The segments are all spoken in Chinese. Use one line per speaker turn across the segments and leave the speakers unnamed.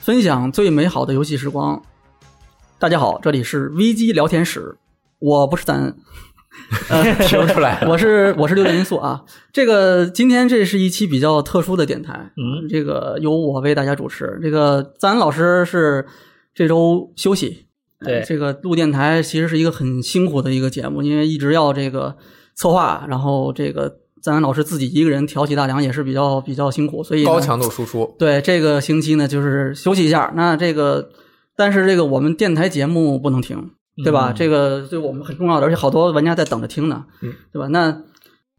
分享最美好的游戏时光。大家好，这里是危机聊天室，我不是咱，
听 出来了，
我是我是六点因素啊。这个今天这是一期比较特殊的电台，嗯，这个由我为大家主持。这个赞老师是这周休息，
对
呃这个录电台其实是一个很辛苦的一个节目，因为一直要这个策划，然后这个赞恩老师自己一个人挑起大梁也是比较比较辛苦，所以呢
高强度输出，
对，这个星期呢就是休息一下。那这个，但是这个我们电台节目不能停，对吧？这个对我们很重要的，而且好多玩家在等着听呢，
嗯
对吧？那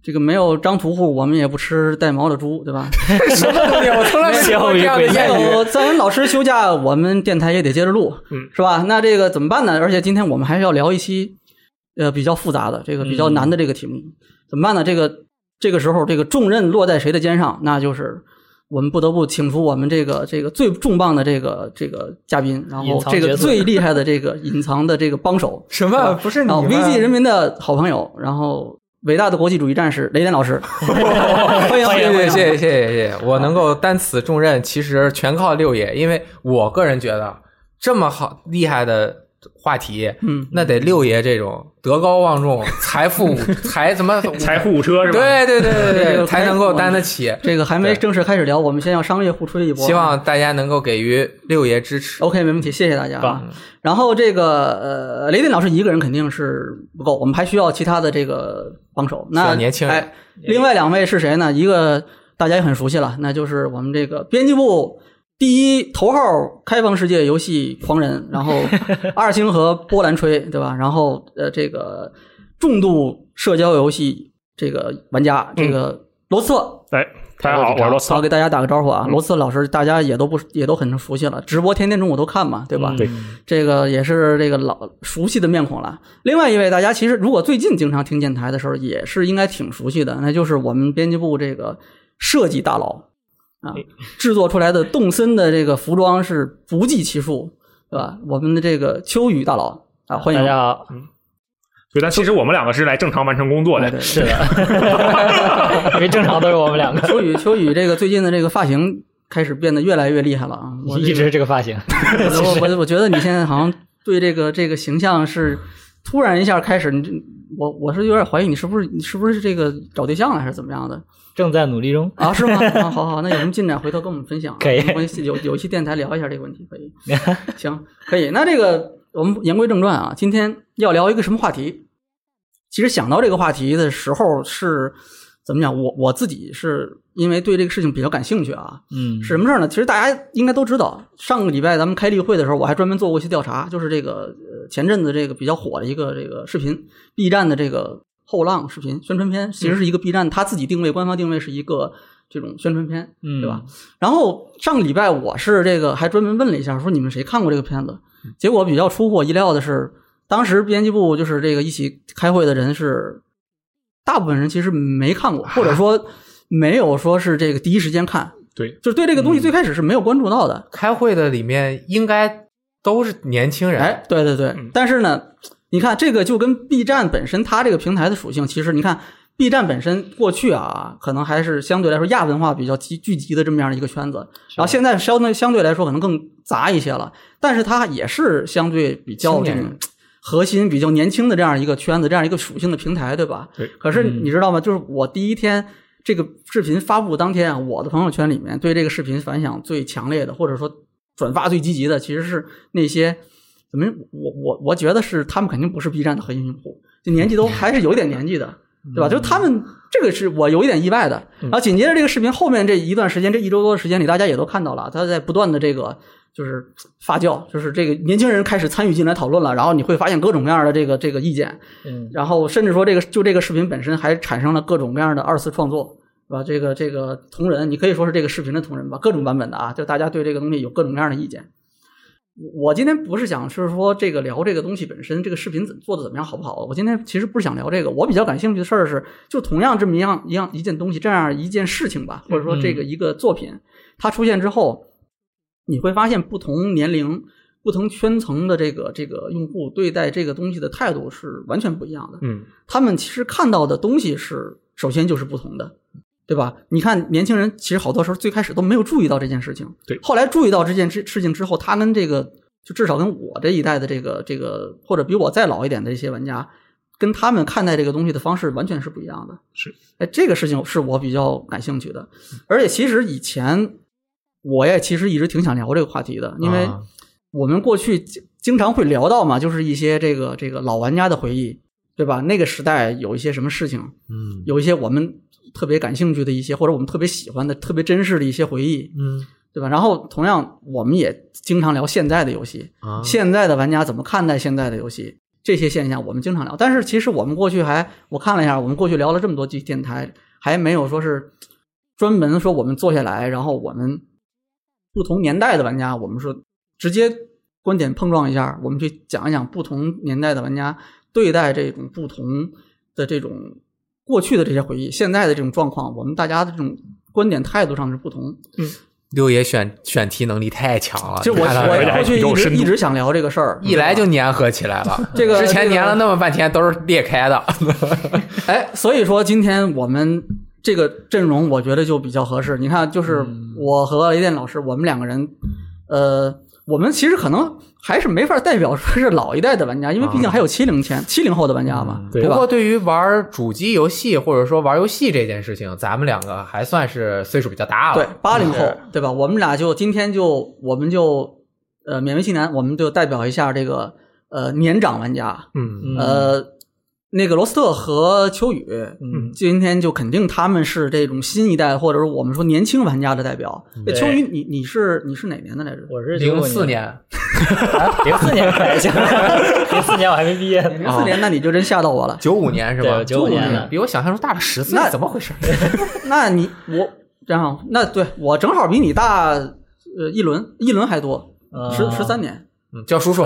这个没有张屠户，我们也不吃带毛的猪，对吧？
什么东西？我从来没听过这 样的
没
谚语。
有赞恩老师休假，我们电台也得接着录，
嗯
是吧？那这个怎么办呢？而且今天我们还要聊一期，呃，比较复杂的这个比较难的这个题
嗯
目，怎么办呢？这个这个时候，这个重任落在谁的肩上？那就是我们不得不请出我们这个这个最重磅的这个这个嘉宾，然
隐
后
藏
这
角
个
色
最厉害的这个隐藏的这个帮手，
什么？不 是你
然后
吗？
危机人民的好朋友，然后伟大的国际主义战士雷电老师，欢迎
欢
谢
迎
谢谢谢谢谢谢谢，我能够担此重任，其实全靠六爷，因为我个人觉得这么好厉害的话题，
嗯，
那得六爷这种德高望重、 财富才怎 么
财富五车是吧？，
对对对对
这
对
个
对， 才能够担得起。
这个还没正式开始聊，我们先要商业互吹一波。啊
希望大家能够给予六爷支持。
OK，没问题，谢谢大家啊
棒。
然后这个呃，雷电老师一个人肯定是不够，我们还需要其他的这个帮手。
需
那
要年轻人
哎，另外两位是谁呢？一个大家也很熟悉了，那就是我们这个编辑部第一头号开放世界游戏狂 人，然后二星和波兰吹，对吧？然后呃，这个重度社交游戏这个玩家，这
嗯
个罗斯特。
哎，大家好，我是罗斯
好，
特。
给大家打个招呼
嗯
啊！罗斯特老师，大家也都不也都很熟悉了，直播天天中午都看嘛，对吧？
嗯
对，
这个也是这个老熟悉的面孔了。另外一位，大家其实如果最近经常听电台的时候，也是应该挺熟悉的，那就是我们编辑部这个设计大佬啊，
哎
制作出来的动森的这个服装是不计其数，对吧？我们的这个秋雨大佬啊，欢迎
大家好，
对，但其实我们两个是来正常完成工作
对
的
对，对
是的， 因为正常都是我们两个，
秋雨秋雨这个最近的这个发型开始变得越来越厉害了啊！ 我这个
一直这个发型，
我我我觉得你现在好像对这个这个形象是突然一下开始，你这我我是有点怀疑你是不是你是不是这个找对象了还是怎么样的
正在努力中。
啊？是吗？ 啊，好好，那有什么进展回头跟我们分享啊。
可以
我们有有一期电台聊一下这个问题，可以。 行，可以。那这个我们言归正传啊，今天要聊一个什么话题？其实想到这个话题的时候是怎么讲？我我自己是因为对这个事情比较感兴趣啊，
嗯，
是什么事儿呢？其实大家应该都知道，上个礼拜咱们开例会的时候，我还专门做过一些调查，就是这个呃前阵子这个比较火的一个这个视频，B 站的这个后浪视频宣传片，其实是一个 B 站它自己定位，官方定位是一个这种宣传片，
嗯，
对吧？？然后上个礼拜我是这个还专门问了一下，说你们谁看过这个片子？结果比较出乎我意料的是，当时编辑部就是这个一起开会的人是大部分人其实没看过，或者说没有说是这个第一时间看。
对
就是对这个东西最开始是没有关注到的。
开会的里面应该都是年轻人，
哎，对对对，但是呢，你看这个就跟 B 站本身它这个平台的属性，其实你看 B 站本身过去啊，可能还是相对来说亚文化比较集聚集的这么样一个圈子，然后现在相对相对来说可能更杂一些了，但是它也是相对比较
青
这
年
种核心比较年轻的这样一个圈子，这样一个属性的平台，对吧？
对
可是
嗯
你知道吗？就是我第一天。这个视频发布当天啊，我的朋友圈里面对这个视频反响最强烈的，或者说转发最积极的，其实是那些怎么我我我觉得是他们肯定不是 B 站的核心用户，就年纪
嗯
都还是有一点年纪的，对吧？就是他们这个是我有一点意外的。然后紧接着这个视频后面这一段时间，这一周多的时间里，大家也都看到了，他在不断的这个就是发酵，就是这个年轻人开始参与进来讨论了，然后你会发现各种各样的这个这个意见，
嗯，
然后甚至说这个就这个视频本身还产生了各种各样的二次创作，是吧？这个这个同人，你可以说是这个视频的同人吧，各种版本的啊，就大家对这个东西有各种各样的意见。我我今天不是想是说这个聊这个东西本身，这个视频怎做的怎么样好不好？我今天其实不是想聊这个，我比较感兴趣的事儿是，就同样这么一样一样一件东西，这样一件事情吧，或者说这个一个作品，它出现之后，你会发现不同年龄、不同圈层的这个这个用户对待这个东西的态度是完全不一样的。
嗯，
他们其实看到的东西是首先就是不同的，对吧？你看年轻人其实好多时候最开始都没有注意到这件事情，
对
后来注意到这件事事情之后，他跟这个就至少跟我这一代的这个这个或者比我再老一点的一些玩家，跟他们看待这个东西的方式完全是不一样的。
是，
哎，这个事情是我比较感兴趣的，而且其实以前我也其实一直挺想聊这个话题的，因为
啊
我们过去经经常会聊到嘛，就是一些这个这个老玩家的回忆，对吧？那个时代有一些什么事情，
嗯
有一些我们特别感兴趣的一些，或者我们特别喜欢的、特别珍视的一些回忆，
嗯
对吧？然后同样，我们也经常聊现在的游戏，
啊
现在的玩家怎么看待现在的游戏这些现象，我们经常聊。但是其实我们过去还，我看了一下，我们过去聊了这么多期电台，还没有说是专门说我们坐下来，然后我们不同年代的玩家，我们说直接观点碰撞一下，我们去讲一讲不同年代的玩家对待这种不同的这种过去的这些回忆，现在的这种状况，我们大家的这种观点态度上是不同。
六爷选选题能力太强了，
就我
你看他这
我
啊
过
还
去
有
一直
深度
一直想聊这个事儿，
一来就粘合起来 了。
这个
之前
这个
粘了那么半天都是裂开的。
哎，所以说今天我们这个阵容，我觉得就比较合适。你看，就是我和雷电老师，我们两个人，呃，我们其实可能还是没法代表说是老一代的玩家，因为毕竟还有七零前、七零后的玩家嘛，
对
对
不过
吧？
对于玩主机游戏或者说玩游戏这件事情，咱们两个还算是岁数比较大了。
对，八零后
是，
对吧？我们俩就今天就我们就呃，勉为其难，我们就代表一下这个呃年长玩家，
嗯，
呃，那个罗斯特和秋雨，
嗯
今天就肯定他们是这种新一代或者是我们说年轻玩家的代表。哎
对
秋雨，你你是你是哪年的来着？
我是
零
95
四
年，
年，
啊零四年开始， 零四年我还没毕业呢。
零四年，那你就真吓到我 了。
九五年是吧？
对95年的
比我想象中大了十岁
那，
怎么回事？
那你我这样，那对我正好比你大呃一轮一轮还多，
嗯
十十三年。
嗯叫叔叔。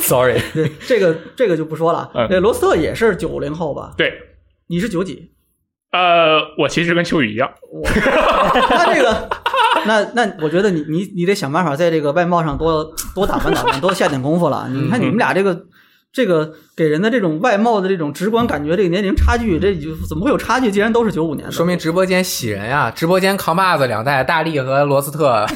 Sorry，
对，这个这个就不说了。
嗯
对，罗斯特也是九零后吧？
对，
你是九几？
呃，我其实跟秋雨一样，
我 那这个，那那我觉得你你你得想办法在这个外貌上多多打扮打扮， 多下点功夫了。你
嗯
看你们俩这个这个给人的这种外貌的这种直观感觉，这个年龄差距，这就怎么会有差距？既然都是九五年的，
说明直播间喜人呀！直播间扛把子两代，大力和罗斯 特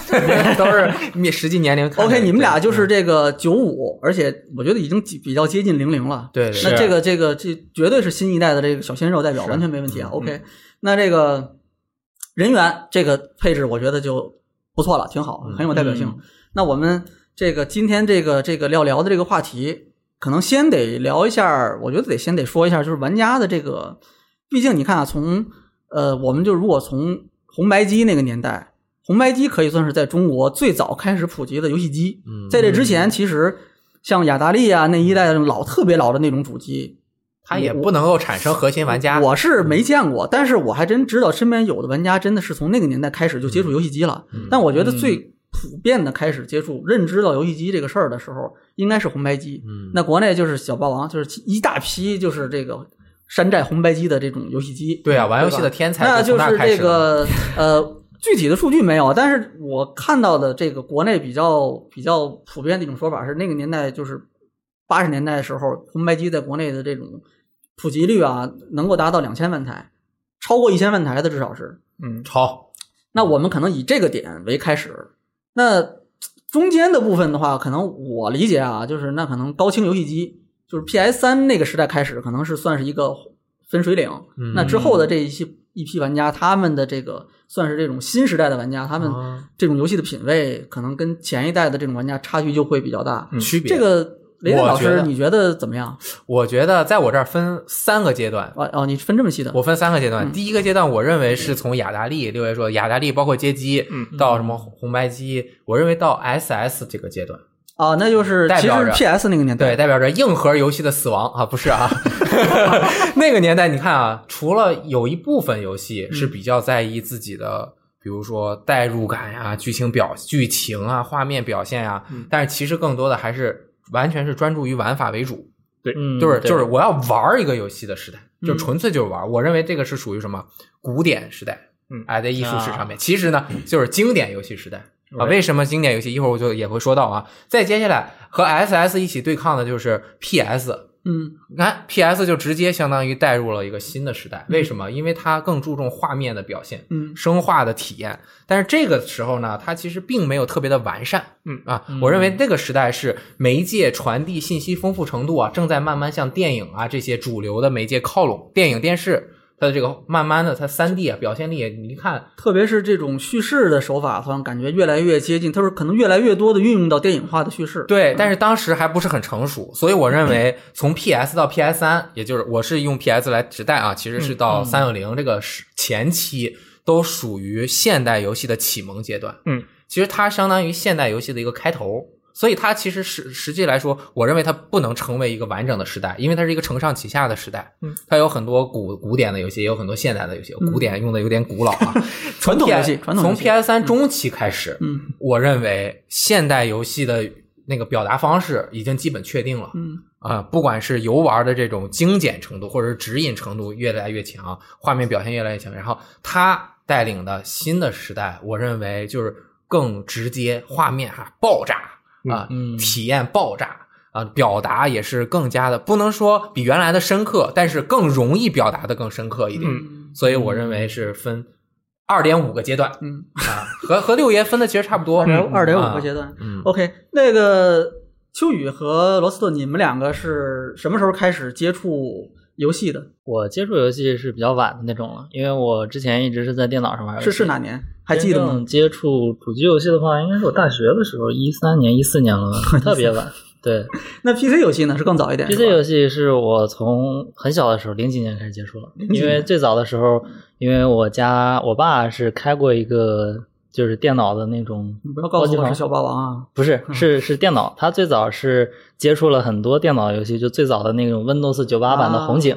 都是你实际年龄看的。
OK，你们俩
对嗯
就是这个九五，而且我觉得已经比比较接近零零了。
对，
是
那这个这个这绝对是新一代的这个小鲜肉代表，完全没问题啊。OK，那
嗯
这个人员这个配置，我觉得就不错了，挺好，很有代表性
嗯。
那我们这个今天这个这个要聊的这个话题，可能先得聊一下，我觉得得先得说一下，就是玩家的这个，毕竟你看啊，从呃，我们就如果从红白机那个年代。红白机可以算是在中国最早开始普及的游戏机。
嗯
在这之前，其实像雅达利啊那一代那种老特别老的那种主机，
他也不能够产生核心玩家。
我是没见过，但是我还真知道身边有的玩家真的是从那个年代开始就接触游戏机了。
嗯
但我觉得最普遍的开始接触、认知到游戏机这个事儿的时候，应该是红白机。
嗯
那国内就是小霸王，就是一大批就是这个山寨红白机的这种游戏机。
对啊，玩游戏的天
嗯
才
那
从
就
那
是
开
这
始的。
个呃，具体的数据没有，但是我看到的这个国内比较比较普遍的一种说法是，那个年代就是八十年代的时候，红白机在国内的这种普及率啊，能够达到两千万台，超过一千万台的至少是。
嗯，
好，
那我们可能以这个点为开始，那嘖中间的部分的话，可能我理解啊，就是那可能高清游戏机，就是 PS 三那个时代开始，可能是算是一个分水岭。
嗯
那之后的这一批一批玩家，他们的这个算是这种新时代的玩家，他们
啊
这种游戏的品味，可能跟前一代的这种玩家差距就会比较大。
嗯
区别
这个雷电
我
老
觉
师，
得
你觉得怎么样？
我觉得在我这儿分三个阶段，
哦哦，你分这么细的？
我分三个阶段。
嗯
第一个阶段，我认为是从雅达利，六爷说的雅达利包括街机
嗯，
到什么红白机，我认为到 SS 这个阶段，
啊，那就是
代
其实
表
是
着
PS 那个年
对，
代，
代表着硬核游戏的死亡啊，不是 啊， 那个年代你看啊，除了有一部分游戏
嗯
是比较在意自己的。比如说代入感呀、剧情表、剧情啊、画面表现呀、
嗯
但是其实更多的还是完全是专注于玩法为主。
嗯，
就是
对
就是我要玩儿一个游戏的时代，
嗯
就纯粹就是玩儿。我认为这个是属于什么古典时代，
嗯
哎，在艺术史上面，
啊
其实呢就是经典游戏时代啊。
OK
为什么经典游戏？一会儿我就也会说到啊。再接下来和 S S 一起对抗的就是 P S。
嗯
你看 PS 就直接相当于带入了一个新的时代，为什么？因为它更注重画面的表现。
嗯
生化的体验，但是这个时候呢，它其实并没有特别的完善，
嗯
啊，我认为那个时代是媒介传递信息丰富程度啊，正在慢慢向电影啊这些主流的媒介靠拢，电影、电视，它的这个慢慢的，它三 D 啊表现力，你一看，
特别是这种叙事的手法，好像感觉越来越接近，它是可能越来越多的运用到电影化的叙事。
对，但是当时还不是很成熟，所以我认为从 PS 到 PS 三，也就是我是用 PS 来指代啊，其实
嗯
是到三六零这个时前期，都属于现代游戏的启蒙阶段。
嗯，
其实它相当于现代游戏的一个开头。所以它其实实实际来说，我认为它不能成为一个完整的时代，因为它是一个承上启下的时代。
嗯，
它有很多古古典的游戏，也有很多现代的游戏。古典用的有点古老啊，
嗯 传统游戏传统游
从
戏
PS 三中期开始，
嗯
我认为现代游戏的那个表达方式已经基本确定了
嗯
啊、不管是游玩的这种精简程度，或者是指引程度越来越强，画面表现越来越强，然后它带领的新的时代，我认为就是更直接，画面哈、爆炸啊、
嗯嗯
体验爆炸。啊，表达也是更加的，不能说比原来的深刻，但是更容易表达的更深刻一点。
嗯
所以我认为是分二点五个阶段
嗯，
啊，和和六爷分的其实差不多，
二点五
啊
个阶段。
嗯
OK，那个秋雨和罗斯特，你们两个是什么时候开始接触游戏的？
我接触游戏是比较晚的那种了，因为我之前一直呃是在电脑上玩游戏。
是是哪年？还记得
真
吗？
正接触主机游戏的话，应该是我大学的时候，一三年、一四年了吧，特别晚。对
那 PC 游戏呢？是更早一点是
，PC
吧
游戏是我从很小的时候，零几年开始接触了，因为最早的时候，因为我家我爸是开过一个就是电脑的那种
你不要告诉我
包机
是
房
小霸王啊！
不是，是是电脑。他最早是接触了很多电脑游戏，就最早的那种 Windows 九八版的红警，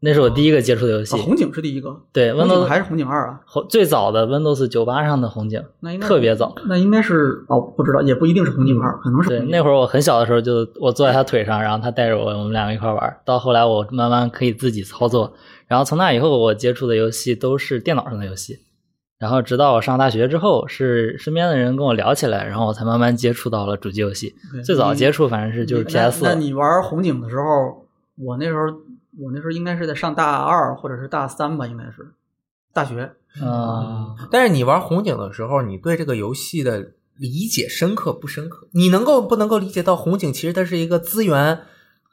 那是我第一个接触的游戏。
啊，红警是第一个，
对
红警还
，Windows
是红警二啊？
红最早的 Windows 九八上的红警，
那应该
特别早。
那应该是哦，不知道，也不一定是红警二，可能是
对，
红警
那会儿我很小的时候就我坐在他腿上，然后他带着我，我们两个一块儿玩儿。到后来我慢慢可以自己操作，然后从那以后我接触的游戏都是电脑上的游戏。然后直到我上大学之后，是身边的人跟我聊起来，然后我才慢慢接触到了主机游戏。
对
最早
你
接触反正是就是
你
PS
那。
了
那。你玩红警的时候，我那时候我那时候应该是在上大二或者是大三吧，应该是大学。
啊，
但是你玩红警的时候，你对这个游戏的理解深刻不深刻？你能够不能够理解到红警其实它是一个资源？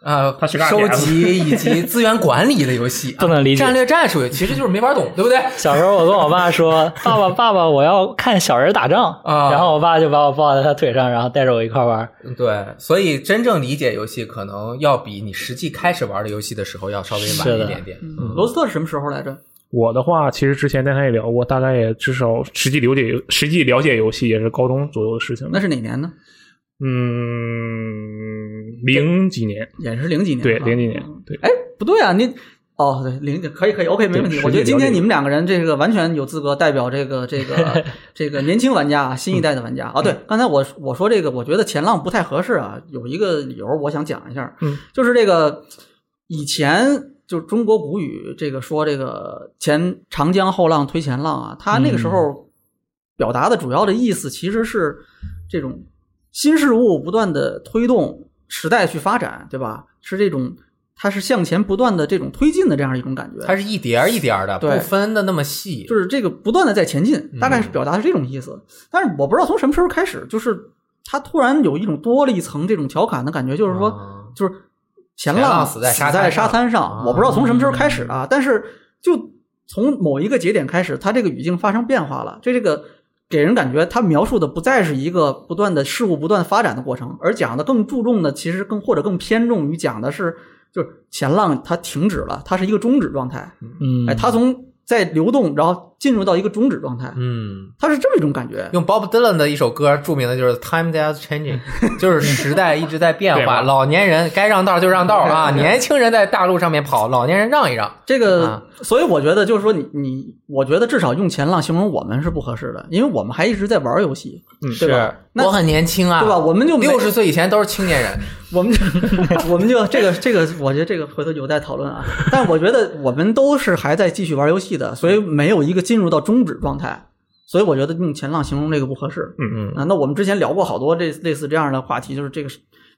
呃，
它是个
收
RTS
集以及资源管理的游戏、啊，
不能理解
战略战术其实就是没玩懂，对不对？
小时候我跟我爸说：“爸爸，爸爸，我要看小人打仗。”
啊
然后我爸就把我抱在他腿上，然后带着我一块儿玩儿。
对，所以真正理解游戏，可能要比你实际开始玩的游戏的时候要稍微
是
晚
的
一点点。
嗯
罗斯特是什么时候来着？
我的话，其实之前跟他也聊过，大概也至少实际了解游实际了解游戏也是高中左右的事情了。
那是哪年呢？
嗯，零几年，啊
也是零几年吧。
对，零几年，对，
哎，不对啊，你哦，对，零可以可以，OK，没问题。
对
我觉得
实际
今
了解
天你们两个人这个完全有资格代表这个这 个这个年轻玩家啊，新一代的玩家啊。对，
嗯
刚才我我说这个，我觉得前浪不太合适啊，有一个理由我想讲一下，
嗯，
就是这个以前。就中国古语这个说这个前长江后浪推前浪啊，他那个时
嗯
候表达的主要的意思其实是这种新事物不断的推动时代去发展，对吧？是这种，它是向前不断的这种推进的这样一种感觉，
它是一叠儿一叠儿的，
对
不分的那么细。
就是这个不断的在前进，
嗯
大概是表达是这种意思。但是我不知道从什么时候开始，就是它突然有一种多了一层这种调侃的感觉，就是说，
啊
就是前
前
浪
浪
死
死在沙滩上
沙滩上
啊，
我不知道从什么时候开始的啊，但是就从某一个节点开始，它这个语境发生变化了，这这个给人感觉它描述的不再是一个不断的事物不断发展的过程，而讲的更注重的其实更或者更偏重于讲的是就是前浪它停止了，它是一个终止状态，
嗯，
哎，它从在流动，然后进入到一个终止状态，
嗯，
它是这么一种感觉，
用 Bob Dylan 的一首歌著名的就是 “Time that is changing”，就是 时代一直在变
对吧
化，老年人该让道就让道啊，年轻人在大路上面跑，老年人让一让。
这
啊
个，所以我觉得就是说你，你我觉得至少用前浪形容我们是不合适的，因为我们还一直在玩游戏，
嗯
对吧？那
我很年轻啊，
对吧？？我们就没
六十，岁以前都是青年人，
我们就 我们就这个这个，我觉得这个回头有待讨论啊。但我觉得我们都是还在继续玩游戏的，所以没有一个进入到终止状态，所以我觉得用前浪形容这个不合适。
嗯
啊，那我们之前聊过好多这类似这样的话题，就是这个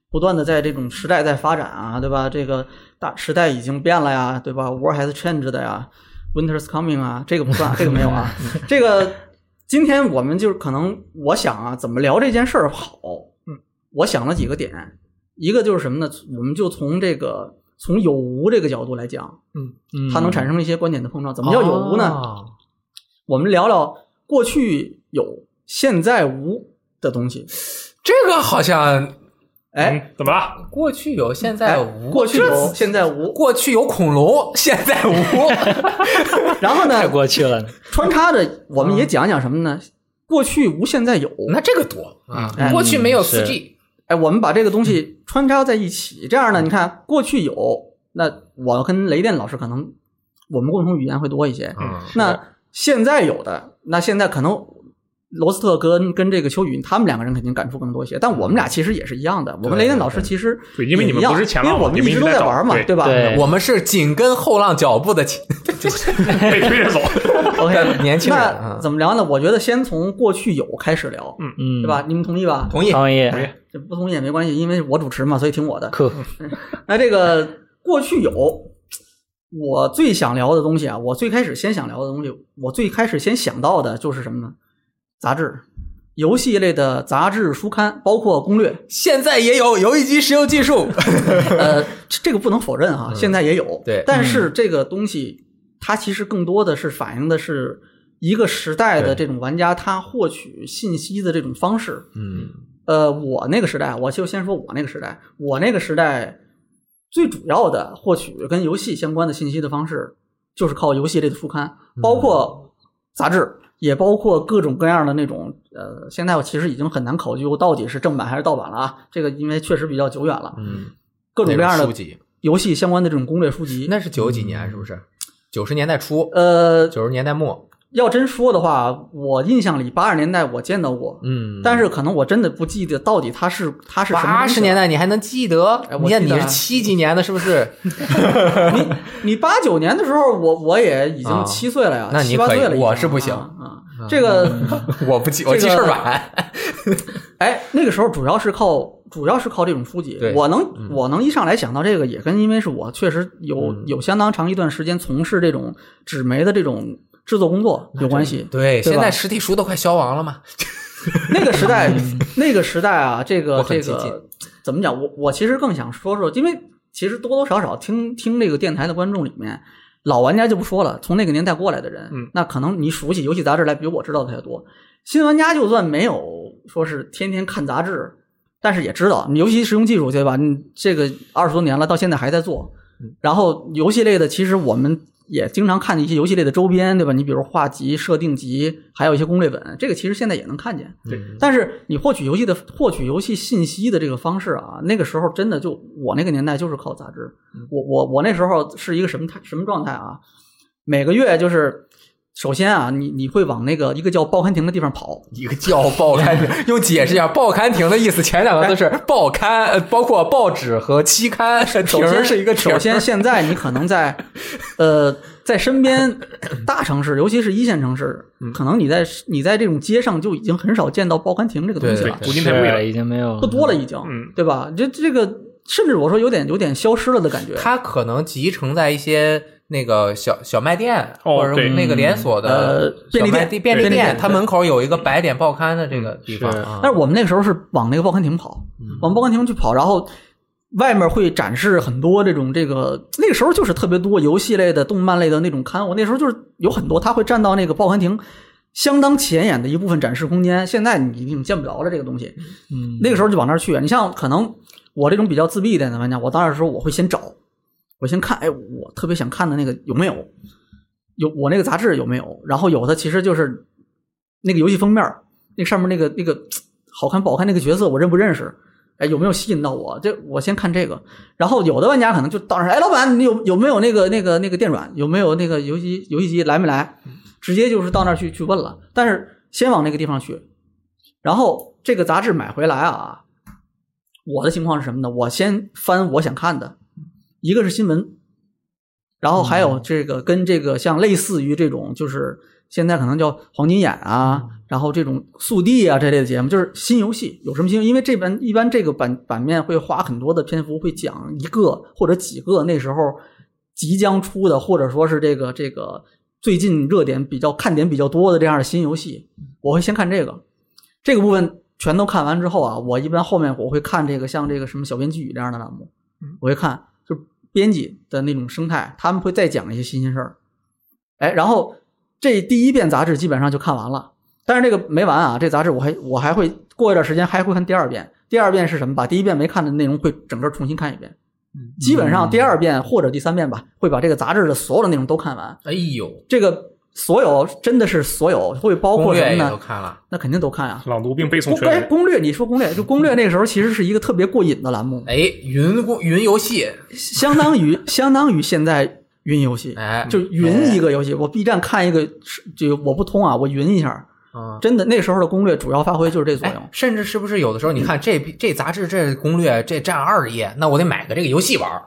不断的在这种时代在发展啊，对吧？这个大时代已经变了呀，对吧？War has changed 的呀，Winter's coming 啊，这个不算，这个没有啊。这个今天我们就是可能我想啊，怎么聊这件事儿好？嗯，我想了几个点，一个就是什么呢？我们就从这个从有无这个角度来讲，
嗯
它能产生一些观点的碰撞。怎么叫有无呢？
哦
我们聊聊过去有，现在无的东西。
这个好像
哎，
嗯，怎么了？
过去有，现
哎
在无。
过去
这
有，
次
现在无。
过去有恐龙，现在 无。
然后
太
呢，
过去了，
穿插着我
嗯
们也讲讲什么呢？过去无，现在有。
那这个多啊
嗯！
过去没有四
是
G，
哎，我们把这个东
嗯
西穿插在一起，这样呢，你看过去有，那我跟雷电老师可能我们共同语言会多一些。
嗯
那现在有的，那现在可能。罗斯特跟跟这个邱宇，他们两个人肯定感触更多一些，但我们俩其实也是一样的。我们雷电老师其实
对因为你
也
们
一样
不是前
因
浪
为我们
你
一
们一
直
直
都
在
在
找
玩嘛，
对
对吧？嗯
对
嗯我们是紧跟后浪脚步的亲
被推着走。
OK，
年轻人
那
啊。
怎么聊呢？我觉得先从过去有开始聊，
嗯
嗯，
对吧？？你们同意吧？哎
同意，
创业
同意
这不同意也没关系，因为我主持嘛，所以听我的。
酷，
那这个过去有，我最想聊的东西啊，我最开始先想聊的东西，我最开始先想到的就是什么呢？杂志、游戏类的杂志、书刊，包括攻略。
现在也有游戏机石油技术。
呃，这这个不能否认哈，现在也有。
嗯对嗯
但是这个东西，它其实更多的是反映的是一个时代的
对
这种玩家他获取信息的这种方式。
嗯
呃，我那个时代，我就先说我那个时代，我那个时代最主要的获取跟游戏相关的信息的方式，就是靠游戏类的书刊，
嗯
包括杂志，也包括各种各样的那种呃，现在我其实已经很难考究到底是正版还是盗版了啊，这个因为确实比较久远了，
嗯，
各种各样
那
的
种书籍，
游戏相关的这种攻略书籍。
那是九几年是不是？九十年代初，
呃，
九十年代末。
要真说的话，我印象里八十年代我见到过，
嗯，
但是可能我真的不记得到底它是它是什么
八
东西
十
了
年代你还能啊记得
哎？我
你看
记
你
得啊
是七几年的，是不是？
你你八九年的时候，我我也已经七岁了呀，
啊那你
七八岁
可以
了已经，
我是不行
啊。
嗯
啊这个，
我不记，
这个
我记事儿晚。
哎，那个时候主要是靠主要是靠这种书籍
对。嗯
我能我能一上来想到这个，也跟因为是我确实有有相当长一段时间从事这种纸媒的这种制作工作有关系。
对，
对吧
现在实体书都快消亡了嘛。
那个时代， 那个时代啊，这
嗯我
个
很
这
激进
个怎么讲？我我其实更想说说，因为其实多多少少听听这个电台的观众里面，老玩家就不说了，从那个年代过来的人，
嗯
那可能你熟悉游戏杂志来比我知道的还多。新玩家就算没有说是天天看杂志，但是也知道，你游戏实用技术对吧？你这个二十多年了，到现在还在做。然后游戏类的，其实我们也经常看一些游戏类的周边，对吧？你比如画集、设定集，还有一些攻略本，这个其实现在也能看见。
对
但是你获取游戏的获取游戏信息的这个方式啊，那个时候真的就我那个年代就是靠杂志。我我我那时候是一个什么态什么状态啊？每个月就是首先啊，你你会往那个一个叫报刊亭的地方跑，
一个叫报刊亭，用解释一下报刊亭的意思。前两个字是报刊，呃包括报纸和期刊。
首
亭
先
儿是一个亭儿
首先，现在你可能 在，呃，在身边大城市，尤其是一线城市，
嗯
可能你在你在这种街上就已经很少见到报刊亭这个东西
对
了，
古今太贵了
是已经没有
不多了已经，
嗯
对吧？这这个甚至我说有点有点消失了的感觉。
它可能集成在一些那个小小卖店，
哦
或者
对
那个连锁的
呃便利
小卖
店
便
便
利
利
店
店，嗯
它门口有一个摆点报刊的这个地方
是
啊。
但是我们那个时候是往那个报刊亭跑，往报刊亭去跑，然后外面会展示很多这种这个，那个时候就是特别多游戏类的、动漫类的那种刊物，那时候就是有很多，它会站到那个报刊亭。相当显眼的一部分展示空间，现在你已经见不着了这个东西。
嗯，
那个时候就往那儿去。你像可能我这种比较自闭一点的玩家，我当时说我会先找，我先看，哎，我特别想看的那个有没有，有我那个杂志有没有？然后有的其实就是那个游戏封面儿，那上面那个那个好看不好看那个角色我认不认识，哎，有没有吸引到我？这我先看这个。然后有的玩家可能就当时，哎，老板，你有有没有那个那个那个电软？有没有那个游戏游戏机？来没来？直接就是到那儿去去问了。但是先往那个地方去，然后这个杂志买回来啊，我的情况是什么呢？我先翻我想看的，一个是新闻，然后还有这个跟这个像类似于这种就是现在可能叫黄金眼啊，然后这种速递啊这类的节目，就是新游戏有什么新？因为这边一般这个版版面会花很多的篇幅，会讲一个或者几个那时候即将出的，或者说是这个这个最近热点比较看点比较多的这样的新游戏，我会先看这个，这个部分全都看完之后啊，我一般后面我会看这个像这个什么小编剧语这样的栏目，
嗯
我会看就是编辑的那种生态，他们会再讲一些新鲜事儿。哎，然后这第一遍杂志基本上就看完了，但是这个没完啊，这杂志我还我还会过一段时间还会看第二遍。第二遍是什么？把第一遍没看的内容会整个重新看一遍。
嗯
基本上第二遍或者第三遍吧，会把这个杂志的所有的内容都看完。
哎呦，
这个所有真的是所有，会包
攻
括什
略
么
也都
呢？
看了，
那肯定都看啊。
朗读并背诵
攻
全
哎，
文。
攻略，你说攻略，就攻略那个时候其实是一个特别过瘾的栏目，
哎，云公云游戏，
相当于相当于现在云游戏，
哎，
就云一个游戏，我 B 站看一个，是就我不通啊，我云一下，
嗯。
真的那时候的攻略主要发挥就是这作用
哎，。甚至是不是有的时候，你看这这杂志这攻略这占二页，那我得买个这个游戏玩儿。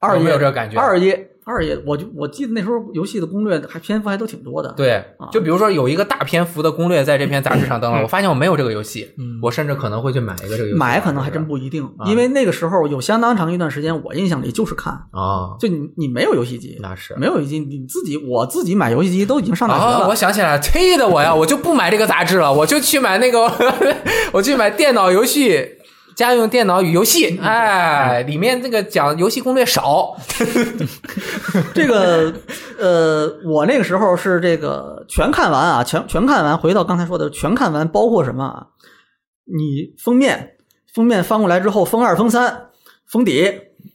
二
有没
爷
有这个感觉
二爷二爷，我就我记得那时候游戏的攻略还篇幅还都挺多的。，
对
啊，
就比如说有一个大篇幅的攻略在这篇杂志上登了，我发现我没有这个游戏，
嗯
我甚至可能会去买一个这个游戏玩儿。
买可能还真不一定，因为那个时候有相当长一段时间，我印象里就是看，
啊，
就你你没有游戏机，
那是
没有游戏机，你自己我自己买游戏机都已经上大学
啊、
了
我。想起来了，气的我呀，我就不买这个杂志了，我就去买那个， 我去买电脑游戏。家用电脑与游戏，
嗯
哎，里面这个讲游戏攻略少，
这个，呃，我那个时候是这个全看完啊，全全看完。回到刚才说的，全看完包括什么啊？你封面，封面翻过来之后，封二、封三、封底，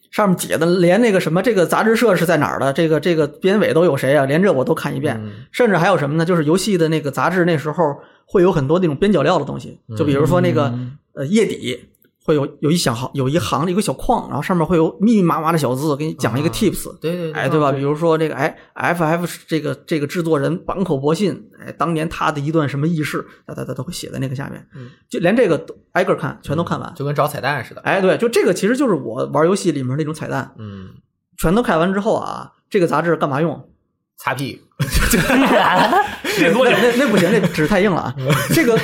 上面写的连那个什么，这个杂志社是在哪儿的，这个这个编委都有谁啊？连这我都看一遍。甚至还有什么呢？就是游戏的那个杂志，那时候会有很多那种边角料的东西，就比如说那个、呃页底。会有有一小行有一行有个小框，然后上面会有密密麻麻的小字，给你讲一个
啊
tips，、
对对
哎，对吧？比如说这个，哎，FF 是这个这个制作人坂口博信，哎，当年他的一段什么轶事，他他他都会写在那个下面，就连这个都挨个看，全都看完。
就跟找彩蛋似的，
哎，对，就这个其实就是我玩游戏里面那种彩蛋，
嗯，
全都看完之后啊，这个杂志干嘛用？
擦屁，
练多
那
久？
那那不行，那纸太硬了啊。这个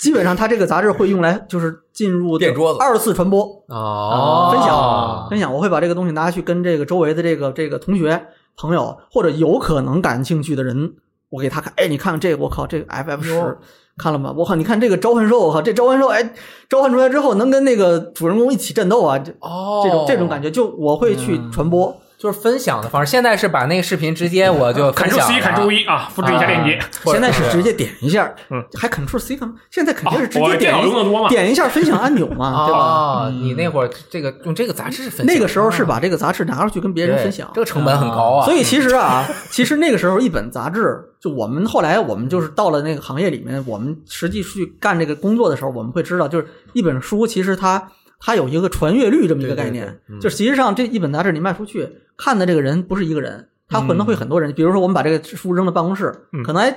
基本上它这个杂志会用来就是进入
垫桌子
二次传播，
哦，
分享分享，我会把这个东西拿去跟这个周围的这个这个同学、朋友或者有可能感兴趣的人，我给他看，哎，你看这个，我靠，这个 FF 十看了吗？我靠，你看这个召唤兽，我靠，这召唤兽，哎，召唤出来之后能跟那个主人公一起战斗啊，这
哦，嗯
这种这种感
觉
觉，就我会去传播。
就是分享的方式。现在是把那个视频直接 我就
砍
分
住
享
C，砍住
一，
一啊，复制一下链接。
啊
现在是直接点一下，
嗯
还 Ctrl C 他们现在肯定是直
啊我
接
的
点
电脑
一
用的多嘛
点一下分享按钮 嘛，对吧？嗯
哦，你那会儿这个用这个杂志分享，
那个时候是把这个杂志拿出去跟别
对
人分享，
这个成本很高啊，
所以其实啊，其实那个时候一本杂志，就我们后来我们就是到了那个行业里面，我们实际去干这个工作的时候，我们会知道，就是一本书其实它它有一个传阅率这么一个概念，
嗯
就实际上这一本杂志你卖出去，看的这个人不是一个人，他可
嗯
能会很多人。比如说我们把这个书扔到办公室，
嗯
可能哎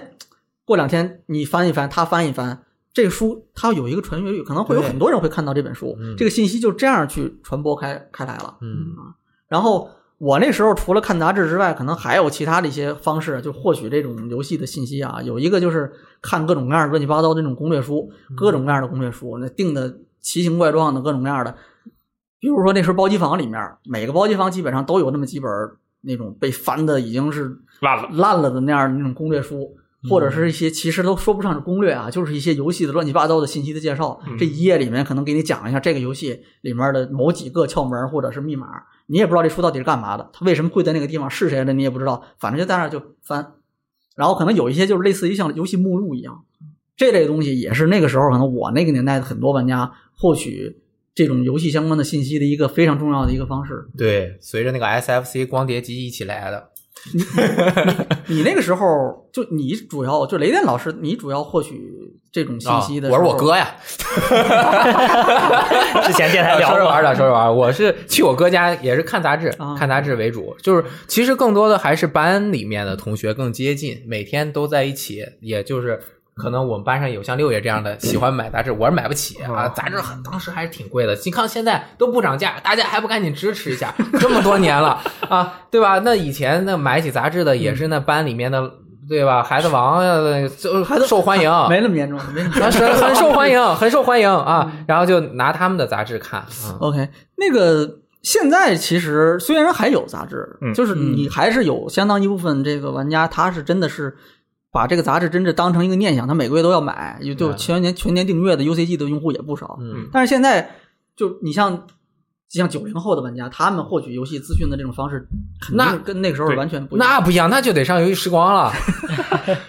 过两天你翻一翻，他翻一翻。这个书它有一个传阅率，可能会有
对
很多人会看到这本书，这个信息就这样去传播开开来了。
嗯
然后我那时候除了看杂志之外，可能还有其他的一些方式，就获取这种游戏的信息啊。有一个就是看各种各样的乱七八糟的那种攻略书，各种各样的攻略书，那定的奇形怪状的各种各样的。比如说那时候包机房里面，每个包机房基本上都有那么几本儿那种被翻的已经是
烂了，
烂了的那样的那种攻略书，或者是一些其实都说不上是攻略啊，就是一些游戏的乱七八糟的信息的介绍。这一页里面可能给你讲一下这个游戏里面的某几个窍门或者是密码，你也不知道这书到底是干嘛的，它为什么会在那个地方，是谁的你也不知道，反正就在那儿就翻。然后可能有一些就是类似于像游戏目录一样，这类东西也是那个时候可能我那个年代的很多玩家获取这种游戏相关的信息的一个非常重要的一个方式。
对，随着那个 SFC 光碟机一起来的，
你那个时候就你主要就雷电老师，你主要获取这种信息的、
啊我是我，哥呀，
之前电台
说
聊
着
过
玩儿的，说着玩儿。我是去我哥家，也是看杂志，
啊
看杂志为主。就是其实更多的还是班里面的同学更接近，每天都在一起，也就是。可能我们班上有像六爷这样的喜欢买杂志，我是买不起啊。
哦
杂志很当时还是挺贵的，你看现在都不涨价，大家还不赶紧支持一下？这么多年了啊，对吧？那以前那买起杂志的也是那班里面的对吧？孩子王呀，呃就
孩子
受 欢迎，
没那么严重，没那么
啊
严
是
重
很受欢迎，很受欢迎啊。然后就拿他们的杂志看，嗯
OK，那个现在其实虽然还有杂志，
嗯
就是你还是有相当一部分这个玩家，他是真的是把这个杂志真是当成一个念想，他每个月都要买，也就
嗯
全年全年订阅的 UCG 的用户也不少。
嗯
但是现在就你像。像九零后的玩家，他们获取游戏资讯的这种方式，肯
那
定跟那个时候
对
完全不一样。
那不一样，那就得上游戏时光了，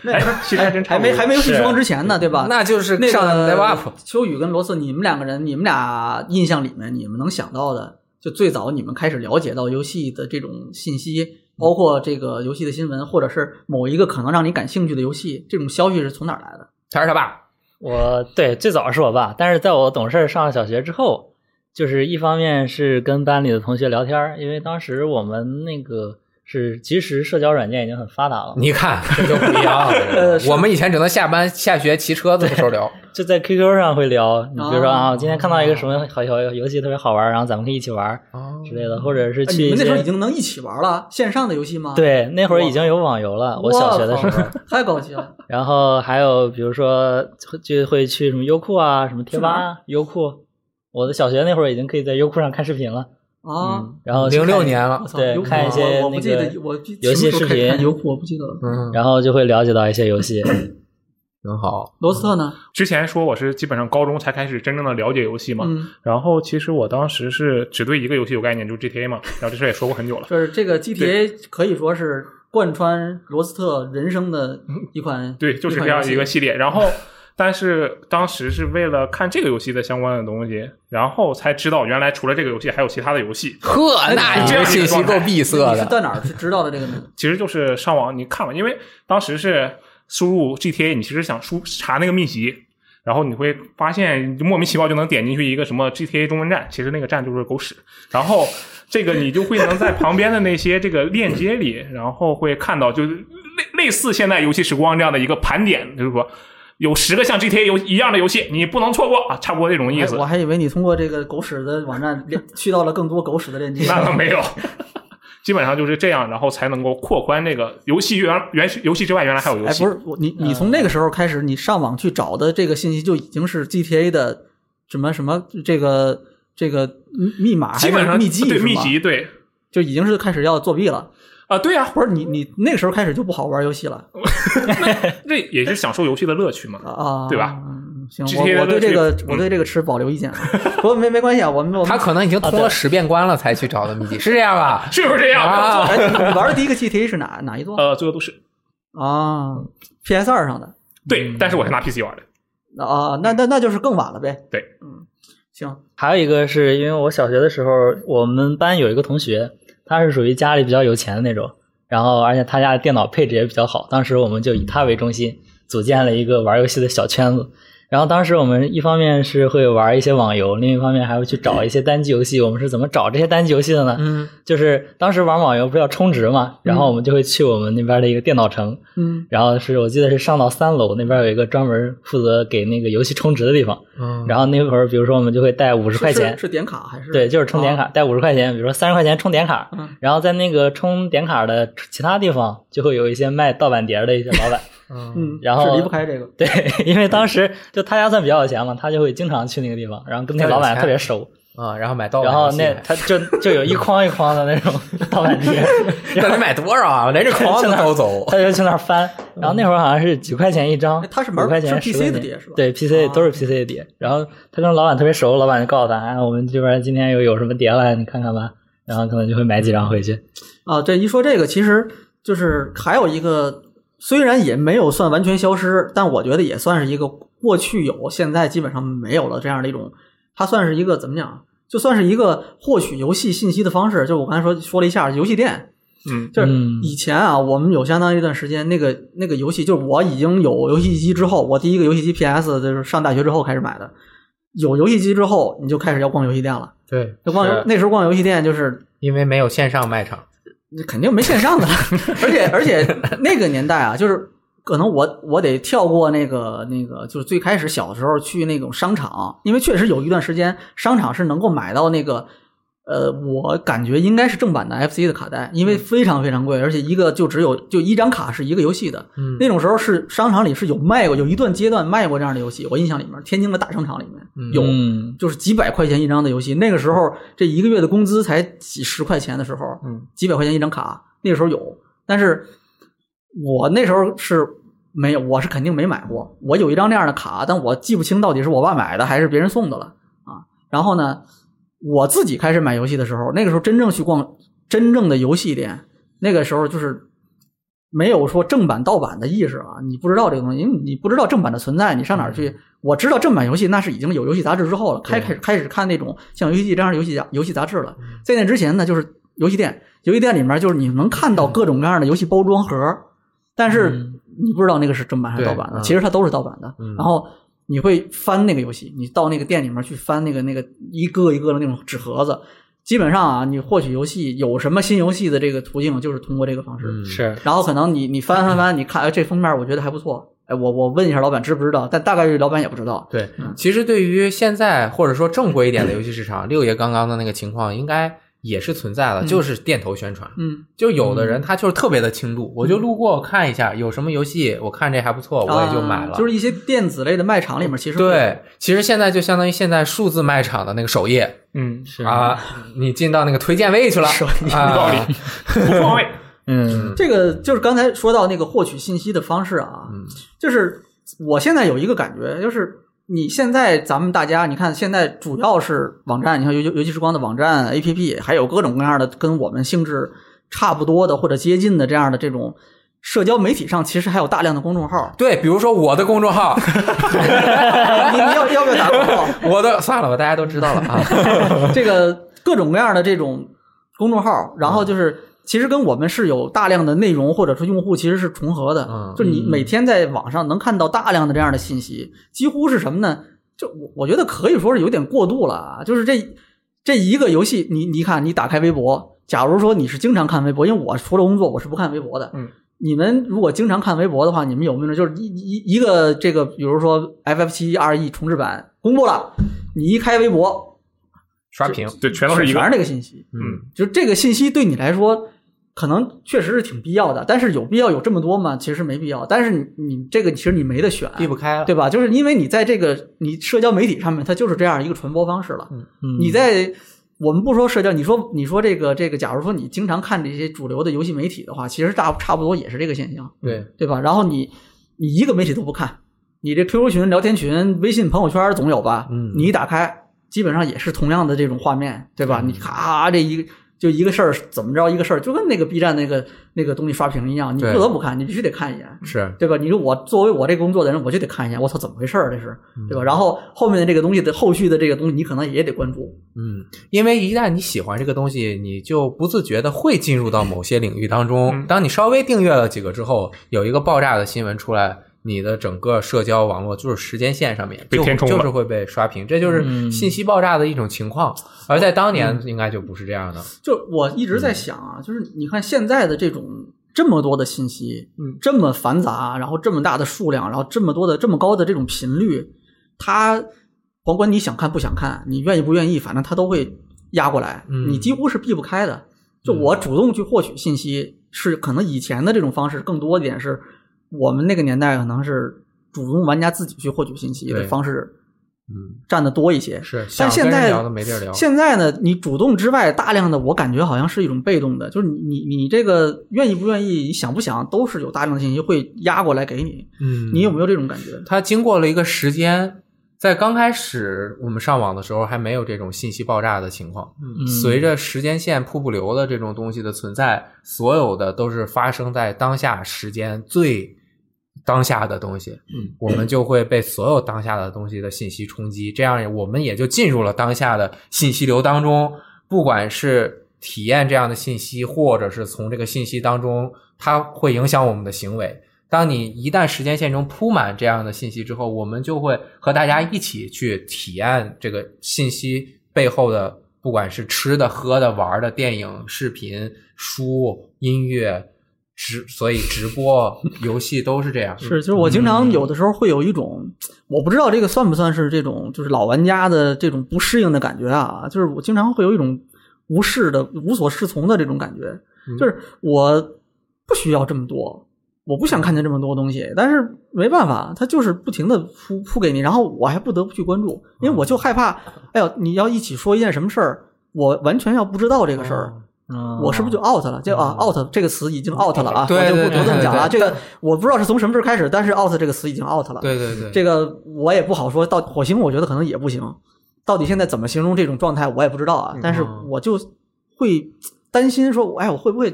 哎，其实还真差
还
不
没
多
还没游戏时光
是
之前呢，对吧？
那就是
啊那
上
个
Live Up。
秋雨跟罗斯，你们两个人，你们俩印象里面，你们能想到的，就最早你们开始了解到游戏的这种信息，包括这个游戏的新闻，或者是某一个可能让你感兴趣的游戏，这种消息是从哪儿来的？
全是他爸，
我对最早是我爸，但是在我懂事儿上了小学之后，就是一方面是跟班里的同学聊天儿，因为当时我们那个是其实社交软件已经很发达了，
你看这就不一样了。我们以前只能下班下学骑车这么时候聊，
就在 QQ 上会聊，你比如说
哦
啊，我今天看到一个什么好小游戏特别好玩儿，然后咱们可以一起玩儿之类的，或者是
哎你
去一
们那时候已
些。
经能一起玩了线上的游戏吗？，
对，那会儿已经有网游了，我小学的时候，
太高级 了。
然后还有比如说就会去什么优酷啊，什么贴吧啊、优酷。我的小学那会儿已经可以在优酷上看视频了，
啊，
嗯然后去
零
看
六年了
我，操
对
优酷
看一些
我我不记
那
得，
个
我记
游戏
什么时候
视
开
频
始看优酷，我不记得了。
嗯，
然后就会了解到一些 游戏。
很好。
罗斯特呢？
之前说我是基本上高中才开始真正的了解游戏嘛，
嗯，
然后其实我当时是只对一个游戏有概念，就是 GTA 嘛，然后这事儿也说过很久了。
就是这个 GTA 可以说是贯穿罗斯特人生的一款，
对，就是这样一个系列。然后，但是当时是为了看这个游戏的相关的东西，然后才知道原来除了这个游戏还有其他的游戏。
呵，嗯那你这信息够闭塞
你是
的。
在哪儿是知道的这个呢？
其实就是上网你看嘛，因为当时是输入 GTA，你其实想输查那个秘籍。然后你会发现莫名其妙就能点进去一个什么 GTA 中文站，其实那个站就是狗屎。然后这个你就会能在旁边的那些这个链接里，然后会看到就是类类似现在游戏时光这样的一个盘点，就是说有十个像 GTA 游一样的游戏，你不能错过啊，差不多这种意思
哎我。还以为你通过这个狗屎的网站连去到了更多狗屎的链接。
那倒没有，基本上就是这样，然后才能够扩宽这个游戏原原游戏之外，原来还有游
哎，
戏。
不是我，你你从那个时候开始，你上网去找的这个信息就已经是 GTA 的什么什么这个这个密码，
基本
啊还是
上
秘籍是
对
吗
秘籍对
就已经是开始要作弊了。
啊、对呀、
不是你你那个时候开始就不好玩游戏了
这也是享受游戏的乐趣嘛。
啊？
对吧
嗯？行，我
GTA
我对这个
的乐趣嗯
我对这个持保留意见啊，不过没没关系啊，我们我们
他可能已经通了十遍关了才去找的秘籍，是这样吧？
是不是这样？
啊，
哎，你你玩的第一个 GTA 是哪哪一座
呃，最后都是
啊？PS 二上的嗯
对，但是我是拿 PC 玩的。
啊，那那那就是更晚了呗。
对，
嗯，行，
还有一个是因为我小学的时候，我们班有一个同学，他是属于家里比较有钱的那种，然后而且他家的电脑配置也比较好，当时我们就以他为中心组建了一个玩游戏的小圈子。然后当时我们一方面是会玩一些网游，另一方面还会去找一些单机游戏。我们是怎么找这些单机游戏的呢？
嗯，
就是当时玩网游不是要充值嘛，然后我们就会去我们那边的一个电脑城，
嗯，
然后是我记得是上到三楼那边有一个专门负责给那个游戏充值的地方，
嗯，
然后那会儿比如说我们就会带五十块钱
是，是点卡还是？啊
对，就是充点卡，带五十块钱，比如说三十块钱充点卡
嗯，
然后在那个充点卡的其他地方就会有一些卖盗版碟儿的一些老板，
嗯，
然后
是离不开这个。
对，因为当时就他家算比较有钱嘛，他就会经常去那个地方，然后跟那老板特别熟，
啊，然后买盗版
然后
游戏
那他就就有一筐一筐的那种 盗版碟，
那得买多少啊？连这筐子都 走。
他就去那儿翻，然后那会儿好像是几块钱一张
嗯哎，他是
五
门
块钱
是
10块
PC 的
钱
碟是吧
对
啊
，PC 都是 PC 的碟。然后他跟老板特别熟，老板就告诉他，哎，我们这边今天有有什么碟了，你看看吧。然后可能就会买几张回去。
啊，这一说这个，其实就是还有一个，虽然也没有算完全消失，但我觉得也算是一个过去有，现在基本上没有了这样的一种，它算是一个怎么讲？就算是一个获取游戏信息的方式。就我刚才说说了一下游戏店，
嗯，
就是
嗯
以前啊，我们有相当一段时间，那个那个游戏，就是我已经有游戏机之后，我第一个游戏机 PS 就是上大学之后开始买的。有游戏机之后，你就开始要逛游戏店了。
对，
就逛游
是
那时候逛游戏店就是
因为没有线上卖场，
肯定没线上的， 而且而且那个年代啊，就是可能我我得跳过那个那个，就是最开始小时候去那种商场，因为确实有一段时间商场是能够买到那个呃，我感觉应该是正版的 FC 的卡带，因为非常非常贵，而且一个就只有就一张卡是一个游戏的。
嗯
那种时候是商场里是有卖过，有一段阶段卖过这样的游戏，我印象里面，天津的大商场里面有，
嗯，
就是几百块钱一张的游戏。那个时候这一个月的工资才几十块钱的时候，
嗯，
几百块钱一张卡，那个时候有，但是我那时候是没有，我是肯定没买过。我有一张那样的卡，但我记不清到底是我爸买的还是别人送的了啊。然后呢，我自己开始买游戏的时候，那个时候真正去逛真正的游戏店，那个时候就是。没有说正版盗版的意识啊，你不知道这个东西，因为你不知道正版的存在，你上哪儿去？我知道正版游戏那是已经有游戏杂志之后了，开开始开始看那种像游戏这样的游戏杂游戏杂志了。在那之前呢，就是游戏店，游戏店里面就是你能看
嗯
到各种各样的游戏包装盒，但是你不知道那个是正版还是盗版的，
对嗯
其实它都是盗版的
嗯。
然后你会翻那个游戏，你到那个店里面去翻那个那个一个一个的那种纸盒子。基本上啊，你获取游戏有什么新游戏的这个途径，就是通过这个方式。
嗯
是
然后可能你你翻翻翻，你看哎这封面我觉得还不错，哎我我问一下老板知不知道，但大概率老板也不知道。
对，其实对于现在或者说正规一点的游戏市场，六爷刚刚的那个情况应该也是存在的，就是电头宣传。
嗯，
就有的人他就是特别的轻度，我就路过看一下有什么游戏，我看这还不错，我也就买了。
啊就是一些电子类的卖场里面其实会有
对，其实现在就相当于现在数字卖场的那个首页
嗯，
是，
啊，你进到那个推荐位去了，啊，
道理不换位，
嗯
这个就是刚才说到那个获取信息的方式啊，
嗯。
就是我现在有一个感觉，就是你现在咱们大家，你看现在主要是网站，你看尤尤尤其时光的网站、APP，还有各种各样的跟我们性质差不多的或者接近的这样的这种社交媒体上，其实还有大量的公众号
对，比如说我的公众号，
你你要要不要打广告？
我的算了吧，大家都知道了啊。
这个各种各样的这种公众号，然后就是其实跟我们是有大量的内容或者说用户其实是重合的，
嗯
就你每天在网上能看到大量的这样的信息，几乎是什么呢？就我我觉得可以说是有点过度了啊，就是这这一个游戏，你你看你打开微博，假如说你是经常看微博，因为我除了工作我是不看微博的，
嗯。
你们如果经常看微博的话，你们有没有就是一一一个这个，比如说 FF 七 RE 重置版公布了，你一开微博，
刷屏，
对，全都是一个
全是，那个信息。
嗯，
就是这个信息对你来说，可能确实是挺必要的，但是有必要有这么多吗？其实没必要。但是你你这个其实你没得选，
避不开了。
对吧？就是因为你在这个你社交媒体上面，它就是这样一个传播方式了。
嗯
你在我们不说社交，你说你说这个这个，假如说你经常看这些主流的游戏媒体的话，其实大差不多也是这个现象。
对，
对吧？然后你你一个媒体都不看，你这 QQ 群、聊天群、微信朋友圈总有吧？
嗯
你一打开，基本上也是同样的这种画面，对
嗯
吧？你咔这一个就一个事儿，怎么着一个事儿，就跟那个 B 站那个那个东西刷屏一样，你不
对
得不看，你必须得看一眼。
是，
对吧？你说我作为我这工作的人，我就得看一眼，我操，怎么回事儿？这是，
嗯
对吧？然后后面的这个东西的后续的这个东西，你可能也得关注。
嗯，因为一旦你喜欢这个东西，你就不自觉的会进入到某些领域当中。
嗯
当你稍微订阅了几个之后，有一个爆炸的新闻出来，你的整个社交网络就是时间线上面
被
就
填充了
就是会被刷屏，这就是
嗯
信息爆炸的一种情况。而在当年
嗯
应该就不是这样的。
就我一
嗯
直在想啊，就是你看现在的这种这么多的信息，
嗯，
这么繁杂，然后这么大的数量，然后这么多的这么高的这种频率，它甭管你想看不想看，你愿意不愿意，反正它都会压过来，
嗯
你几乎是避不开的。就我主动去获取信息，是可能以前的这种方式更多一点，是我们那个年代可能是主动玩家自己去获取信息的
对
方式
嗯，
占的多一些。
是。想
但现
跟人
在
聊都没地儿聊。
现在呢，你主动之外，大量的我感觉好像是一种被动的，就是你你你这个愿意不愿意，你想不想，都是有大量的信息会压过来给你。
嗯，
你有没有这种感觉？
它经过了一个时间，在刚开始我们上网的时候还没有这种信息爆炸的情况。
嗯
随着时间线瀑布流的这种东西的存在，所有的都是发生在当下时间最当下的东西。
嗯，
我们就会被所有当下的东西的信息冲击，这样我们也就进入了当下的信息流当中。不管是体验这样的信息，或者是从这个信息当中，它会影响我们的行为。当你一旦时间线中铺满这样的信息之后，我们就会和大家一起去体验这个信息背后的，不管是吃的、喝的、玩的、电影、视频、书、音乐、直，所以直播、游戏都是这样。嗯
是，就是我经常有的时候会有一种，我不知道这个算不算是这种就是老玩家的这种不适应的感觉啊，就是我经常会有一种无事的、无所适从的这种感觉。就是我不需要这么多，我不想看见这么多东西，但是没办法，它就是不停的铺铺给你，然后我还不得不去关注，因为我就害怕，哎呦，你要一起说一件什么事儿，我完全要不知道这个事儿。
嗯
我是不是就 out 了？就啊，out 这个词已经 out 了啊，
嗯对对
我就不
对
不
对
论讲了啊。
对
这个我不知道是从什么时候开始，但是 out 这个词已经 out 了。
对对对，
这个我也不好说。到火星，我觉得可能也不行。到底现在怎么形容这种状态，我也不知道啊。
嗯
但是我就会担心说，哎，我会不会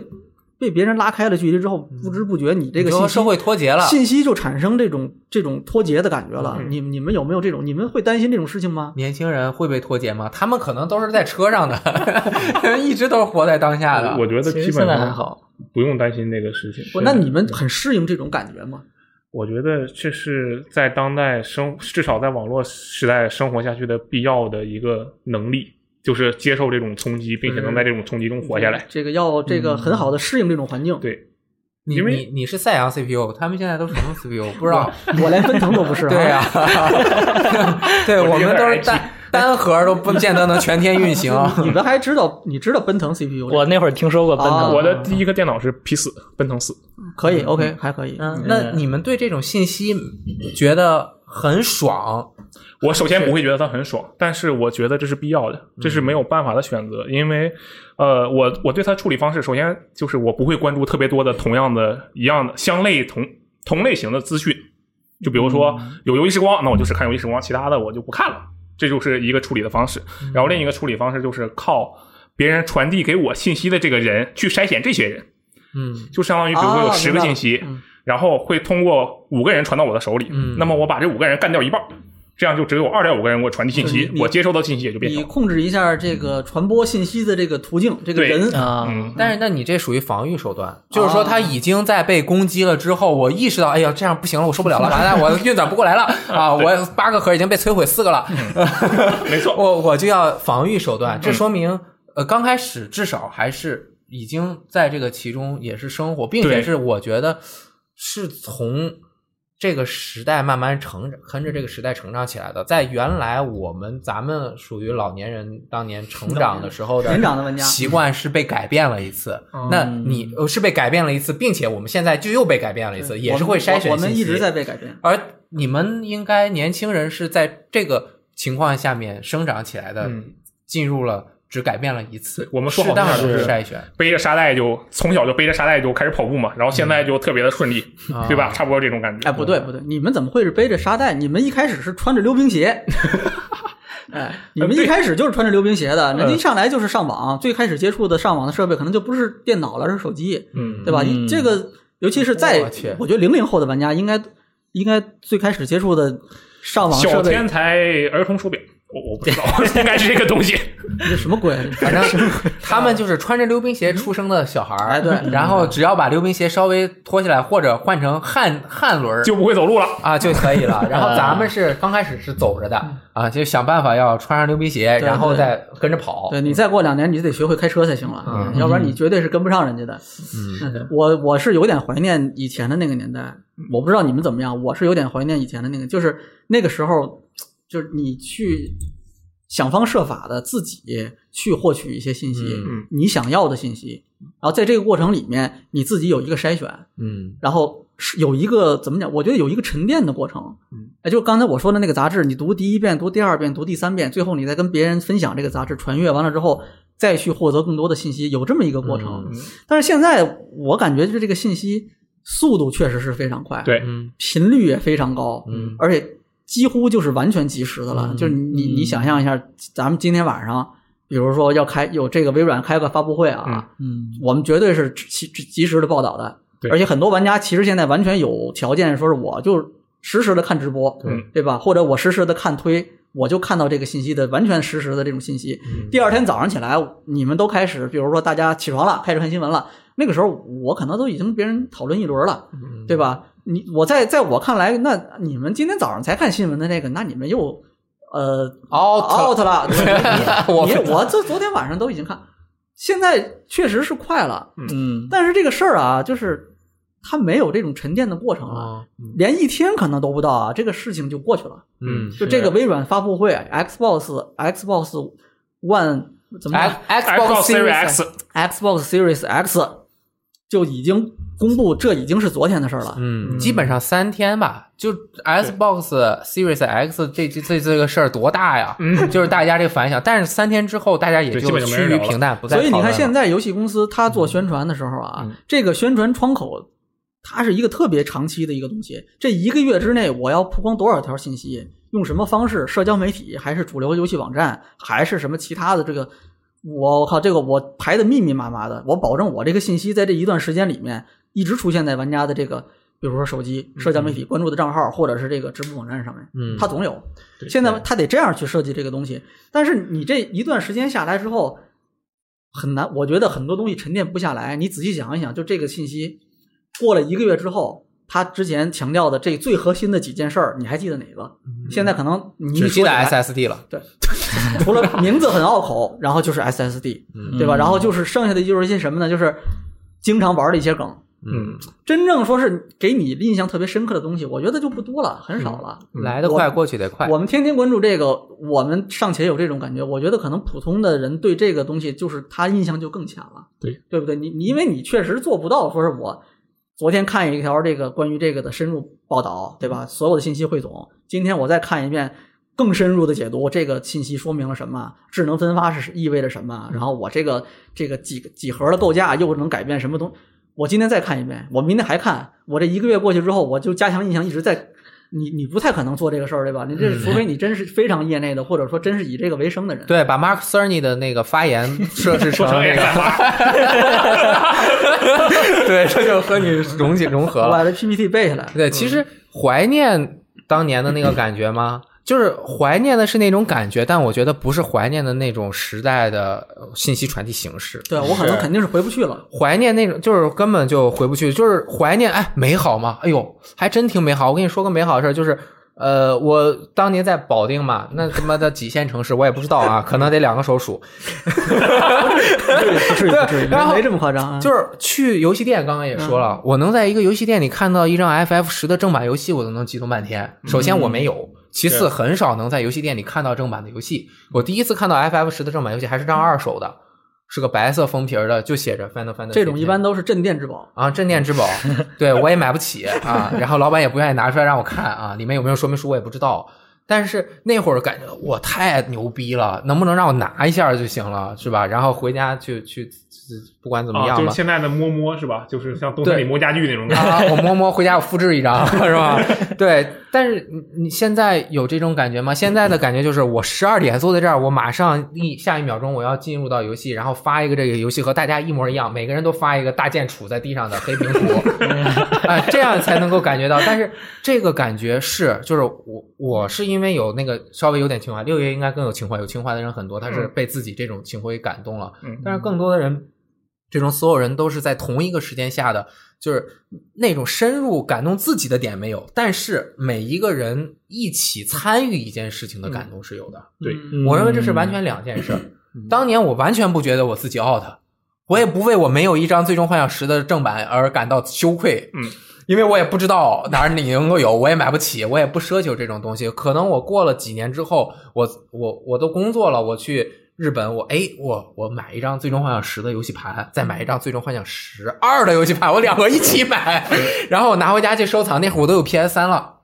被别人拉开了距离之后，不知不觉你这
嗯你
个
说
信息
社会脱节了，嗯
信息就产生这种这种脱节的感觉了。你你们有没有这种？你们会担心这种事情吗？
年轻人会被脱节吗？他们可能都是在车上的， 一直都是活在当下的。
我觉得
其
基
实
本
现在
上
还，好，
不用担心这个事情。
不那你
嗯
们很适应这种感觉吗？
我觉得这是在当代生，至少在网络时代生活下去的必要的一个能力，就是接受这种冲击，并且能在
嗯
这种冲击中活下来。
这个要这
嗯
个很好的适应这种环境。
对，
你
因为
你你是赛扬 CPU，他们现在都是什么 CPU？不知道。
我连分层都不是。
对呀、， 对
我
我
这有点
们都是
IT
单单核都不见得能全天运行。
你们还知道你知道奔腾 CPU？
我那会儿听说过奔
啊
腾，
我的第一个电脑是 P 四，奔腾四。
可以，OK，还可以。
嗯，那你们对这种信息觉得很爽？
我首先不会觉得它很爽，但是我觉得这是必要的，
嗯
这是没有办法的选择，因为，呃，我我对它处理方式，首先就是我不会关注特别多的同样的、一样的、相类同同类型的资讯，就比如说
嗯
有游戏时光，那我就是看游戏时光，其他的我就不看了，这就是一个处理的方式。
嗯
然后另一个处理方式就是靠别人传递给我信息的这个人去筛选这些人，
嗯
就相当于比如说有
啊
十
明
个
白
信
了
息，
嗯
然后会通过五个人传到我的手里，
嗯
那么我把这五个人干掉一半儿，这样就只有二点五个人给我传递信
就是
息
你，你
我接收到信息也就变
你
少。
控制一下这个传播信息的这个途径，这个
对
人
啊，
嗯，哦
但是，那你这属于防御手段，就是说他已经在被攻击了之后，我意识到，哎呀，这样不行了，我受不了了，完了，我运转不过来了啊，我八个核已经被摧毁四个了，
嗯 没错，嗯
我我就要防御手段，这说明呃刚开始至少还是已经在这个其中也是生活，并且
对
是我觉得是从这个时代慢慢成长，跟着这个时代成长起来的。在原来我们咱们属于老年人当年成长的时候的
年长的玩家嗯
习惯是被改变了一次，那你呃是被改变了一次，并且我们现在就又被改变了一
呃
次，也是会筛选信息
我们我们一直在被改变。
而你们应该年轻人是在这个情况下面生长起来的，
嗯
进入了只改变了一次，
我们说好
适当
像
的
是
筛选，
背着沙袋就从小就背着沙袋就开始跑步嘛，然后现在就特别的顺利，
啊
对吧？差不多这种感觉。
哎，不对不对，你们怎么会是背着沙袋？你们一开始是穿着溜冰 鞋。哎，你们一开始就是穿着溜冰鞋的，人家一上来就是上网，最开始接触的上网的设备可能就不是电脑了，而是手机，
嗯，
对吧？
嗯
这个尤其是在
我去
我觉得零零后的玩家应该应该最开始接触的上网
小
设备
天才儿童手表，我我不知道， 应该是这个东西。
这什么鬼？
反正他们就是穿着溜冰鞋出生的小孩儿，
哎对
然后只要把溜冰鞋稍微脱下来，或者换成旱旱轮儿
就不会走路了。
啊就可以 了。然后咱
嗯
们是刚开始是走着的啊，就想办法要穿上溜冰鞋，
对
然后再跟着跑。
对你再过两年，你就得学会开车才行了，
嗯
要不然你绝对是跟不上人家的。嗯，我我是有点怀念以前的那个年代，我不知道你们怎么样，我是有点怀念以前的那个，就是那个时候，就是你去想方设法的自己去获取一些信息，
嗯
你想要的信息，然后在这个过程里面，你自己有一个筛选，
嗯
然后是有一个怎么讲？我觉得有一个沉淀的过程。
嗯
哎，就是刚才我说的那个杂志，你读第一遍、读第二遍、读第三遍，最后你再跟别人分享这个杂志，传阅完了之后，再去获得更多的信息，有这么一个过程。
嗯
但是现在我感觉就是这个信息速度确实是非常快，，
对，
嗯
频率也非常高，
嗯
而且几乎就是完全及时的了。
嗯
就是你你想象一下，咱们今天晚上，比如说要开有这个微软开个发布会啊，
嗯
嗯，
我们绝对是及及及时的报道的，
对
而且很多玩家其实现在完全有条件，说是我就实时的看直播，
对
吧？或者我实时的看推，我就看到这个信息的完全实时的这种信息。
嗯
第二天早上起来，你们都开始，比如说大家起床了，开始看新闻了，
嗯
那个时候我可能都已经别人讨论一轮了，
嗯
对吧？你我在在我看来，那你们今天早上才看新闻的那个，那你们又呃
Out
out 了，对吧
哦我
你我这昨天晚上都已经看，现在确实是快了，
嗯，
但是这个事儿啊，就是它没有这种沉淀的过程了，
啊
连一天可能都不到啊，这个事情就过去了。
嗯
就这个微软发布会，Xbox Xbox One 怎么讲
X
Xbox
Xbox
Series
Series
X，
Xbox Series X 就已经公布，这已经是昨天的事儿了。
嗯，基本上三天吧，就 Xbox Series X 这这这这个事儿多大呀？
嗯
就是大家这个反响，但是三天之后大家也
对基本就没
趋
人
于
聊了
平淡，不再
所以你
讨论
看，
了嗯
现在游戏公司它做宣传的时候啊，这个宣传窗口，它是一个特别长期的一个东西。这一个月之内，我要曝光多少条信息，用什么方式，社交媒体还是主流游戏网站，还是什么其他的这个。我我靠，这个我排的密密麻麻的，我保证我这个信息在这一段时间里面一直出现在玩家的这个，比如说手机、社交媒体关注的账号，或者是这个直播网站上面，
嗯
它总有。现在他得这样去设计这个东西，但是你这一段时间下来之后，很难，我觉得很多东西沉淀不下来。你仔细想一想，就这个信息过了一个月之后，他之前强调的这最核心的几件事儿，你还记得哪个？现在可能你一
嗯
说
只记得
起来
SSD 了，
对，除了名字很拗口，然后就是 SSD，对嗯吧？然
嗯
后就是剩下的就是一些什么呢？就是经常玩的一些梗。
嗯，
真正说是给你印象特别深刻的东西，我觉得就不多了，很
嗯
少了。
来得快，过去得快。
嗯我们天天关注这个，我们尚且有这种感觉。我觉得可能普通的人对这个东西，就是他印象就更浅了，
对
对不对？你你因为你确实做不到，说是我昨天看一条这个关于这个的深入报道，对吧？所有的信息汇总，今天我再看一遍更深入的解读，这个信息说明了什么？智能分发是意味着什么？然后我这个这个几几何的构架又能改变什么东我今天再看一遍，我明天还看，我这一个月过去之后，我就加强印象，一直在。你你不太可能做这个事儿，对吧？你这除非你真是非常业内的，或者说真是以这个为生的人。
嗯对，把 Mark Cerny 的那个发言设置
说
成
成
那
AI
个， 对，这就和你融解融合
我
了。
把这 PPT 背下来。
对，其实怀念当年的那个感觉吗？就是怀念的是那种感觉，但我觉得不是怀念的那种时代的呃信息传递形式。
对我可能
是
肯定是回不去了。
怀念那种，就是根本就回不去，就是怀念哎美好嘛，哎呦，还真挺美好。我跟你说个美好的事儿，就是呃，我当年在保定嘛，那他妈的几线城市我也不知道啊，可能得两个手数，
不至于，不 至于，
然后
没这么夸张啊。
就是去游戏店，刚刚也说了，我能在一个游戏店里看到一张 FF 十的正版游戏，我都能激动半天。首先我没有，其次
对
很少能在游戏店里看到正版的游戏。我第一次看到 FF 十的正版游戏还是张二手的，是个白色封皮儿的，就写着 Final Fantasy。
这种一般都是镇店之宝。
啊，镇店之宝，对我也买不起啊，然后老板也不愿意拿出来让我看啊，里面有没有说明书我也不知道。但是那会儿感觉我太牛逼了，能不能让我拿一下就行了，是吧？然后回家去去，不管怎么
啊，
样
就是
吧，
现在的摸摸是吧？就是像东森里摸家具那种感觉。
啊，我摸摸回家我复制一张是吧？对，但是你你现在有这种感觉吗？现在的感觉就是我十二点坐在这儿，我马上一下一秒钟我要进入到游戏，然后发一个这个游戏和大家一模一样，每个人都发一个大剑杵在地上的黑屏图，啊、这样才能够感觉到。但是这个感觉是，就是我我是因为有那个稍微有点情怀，六爷应该更有情怀，有情怀的人很多，他是被自己这种情怀给感动了。
嗯
但是更多的人，这种所有人都是在同一个时间下的，就是那种深入感动自己的点没有，但是每一个人一起参与一件事情的感动是有的。
对
嗯
我认为这是完全两件事儿。 当年我完全不觉得我自己 out，我也不为我没有一张《最终幻想十》的正版而感到羞愧。
嗯。
因为我也不知道哪儿你能够有，我也买不起，我也不奢求这种东西。可能我过了几年之后，我我我都工作了，我去日本，我哎，我我买一张《最终幻想十》的游戏盘，再买一张《最终幻想十二》的游戏盘，我两个一起买， 然后我拿回家去收藏。那会儿我都有 PS 三了，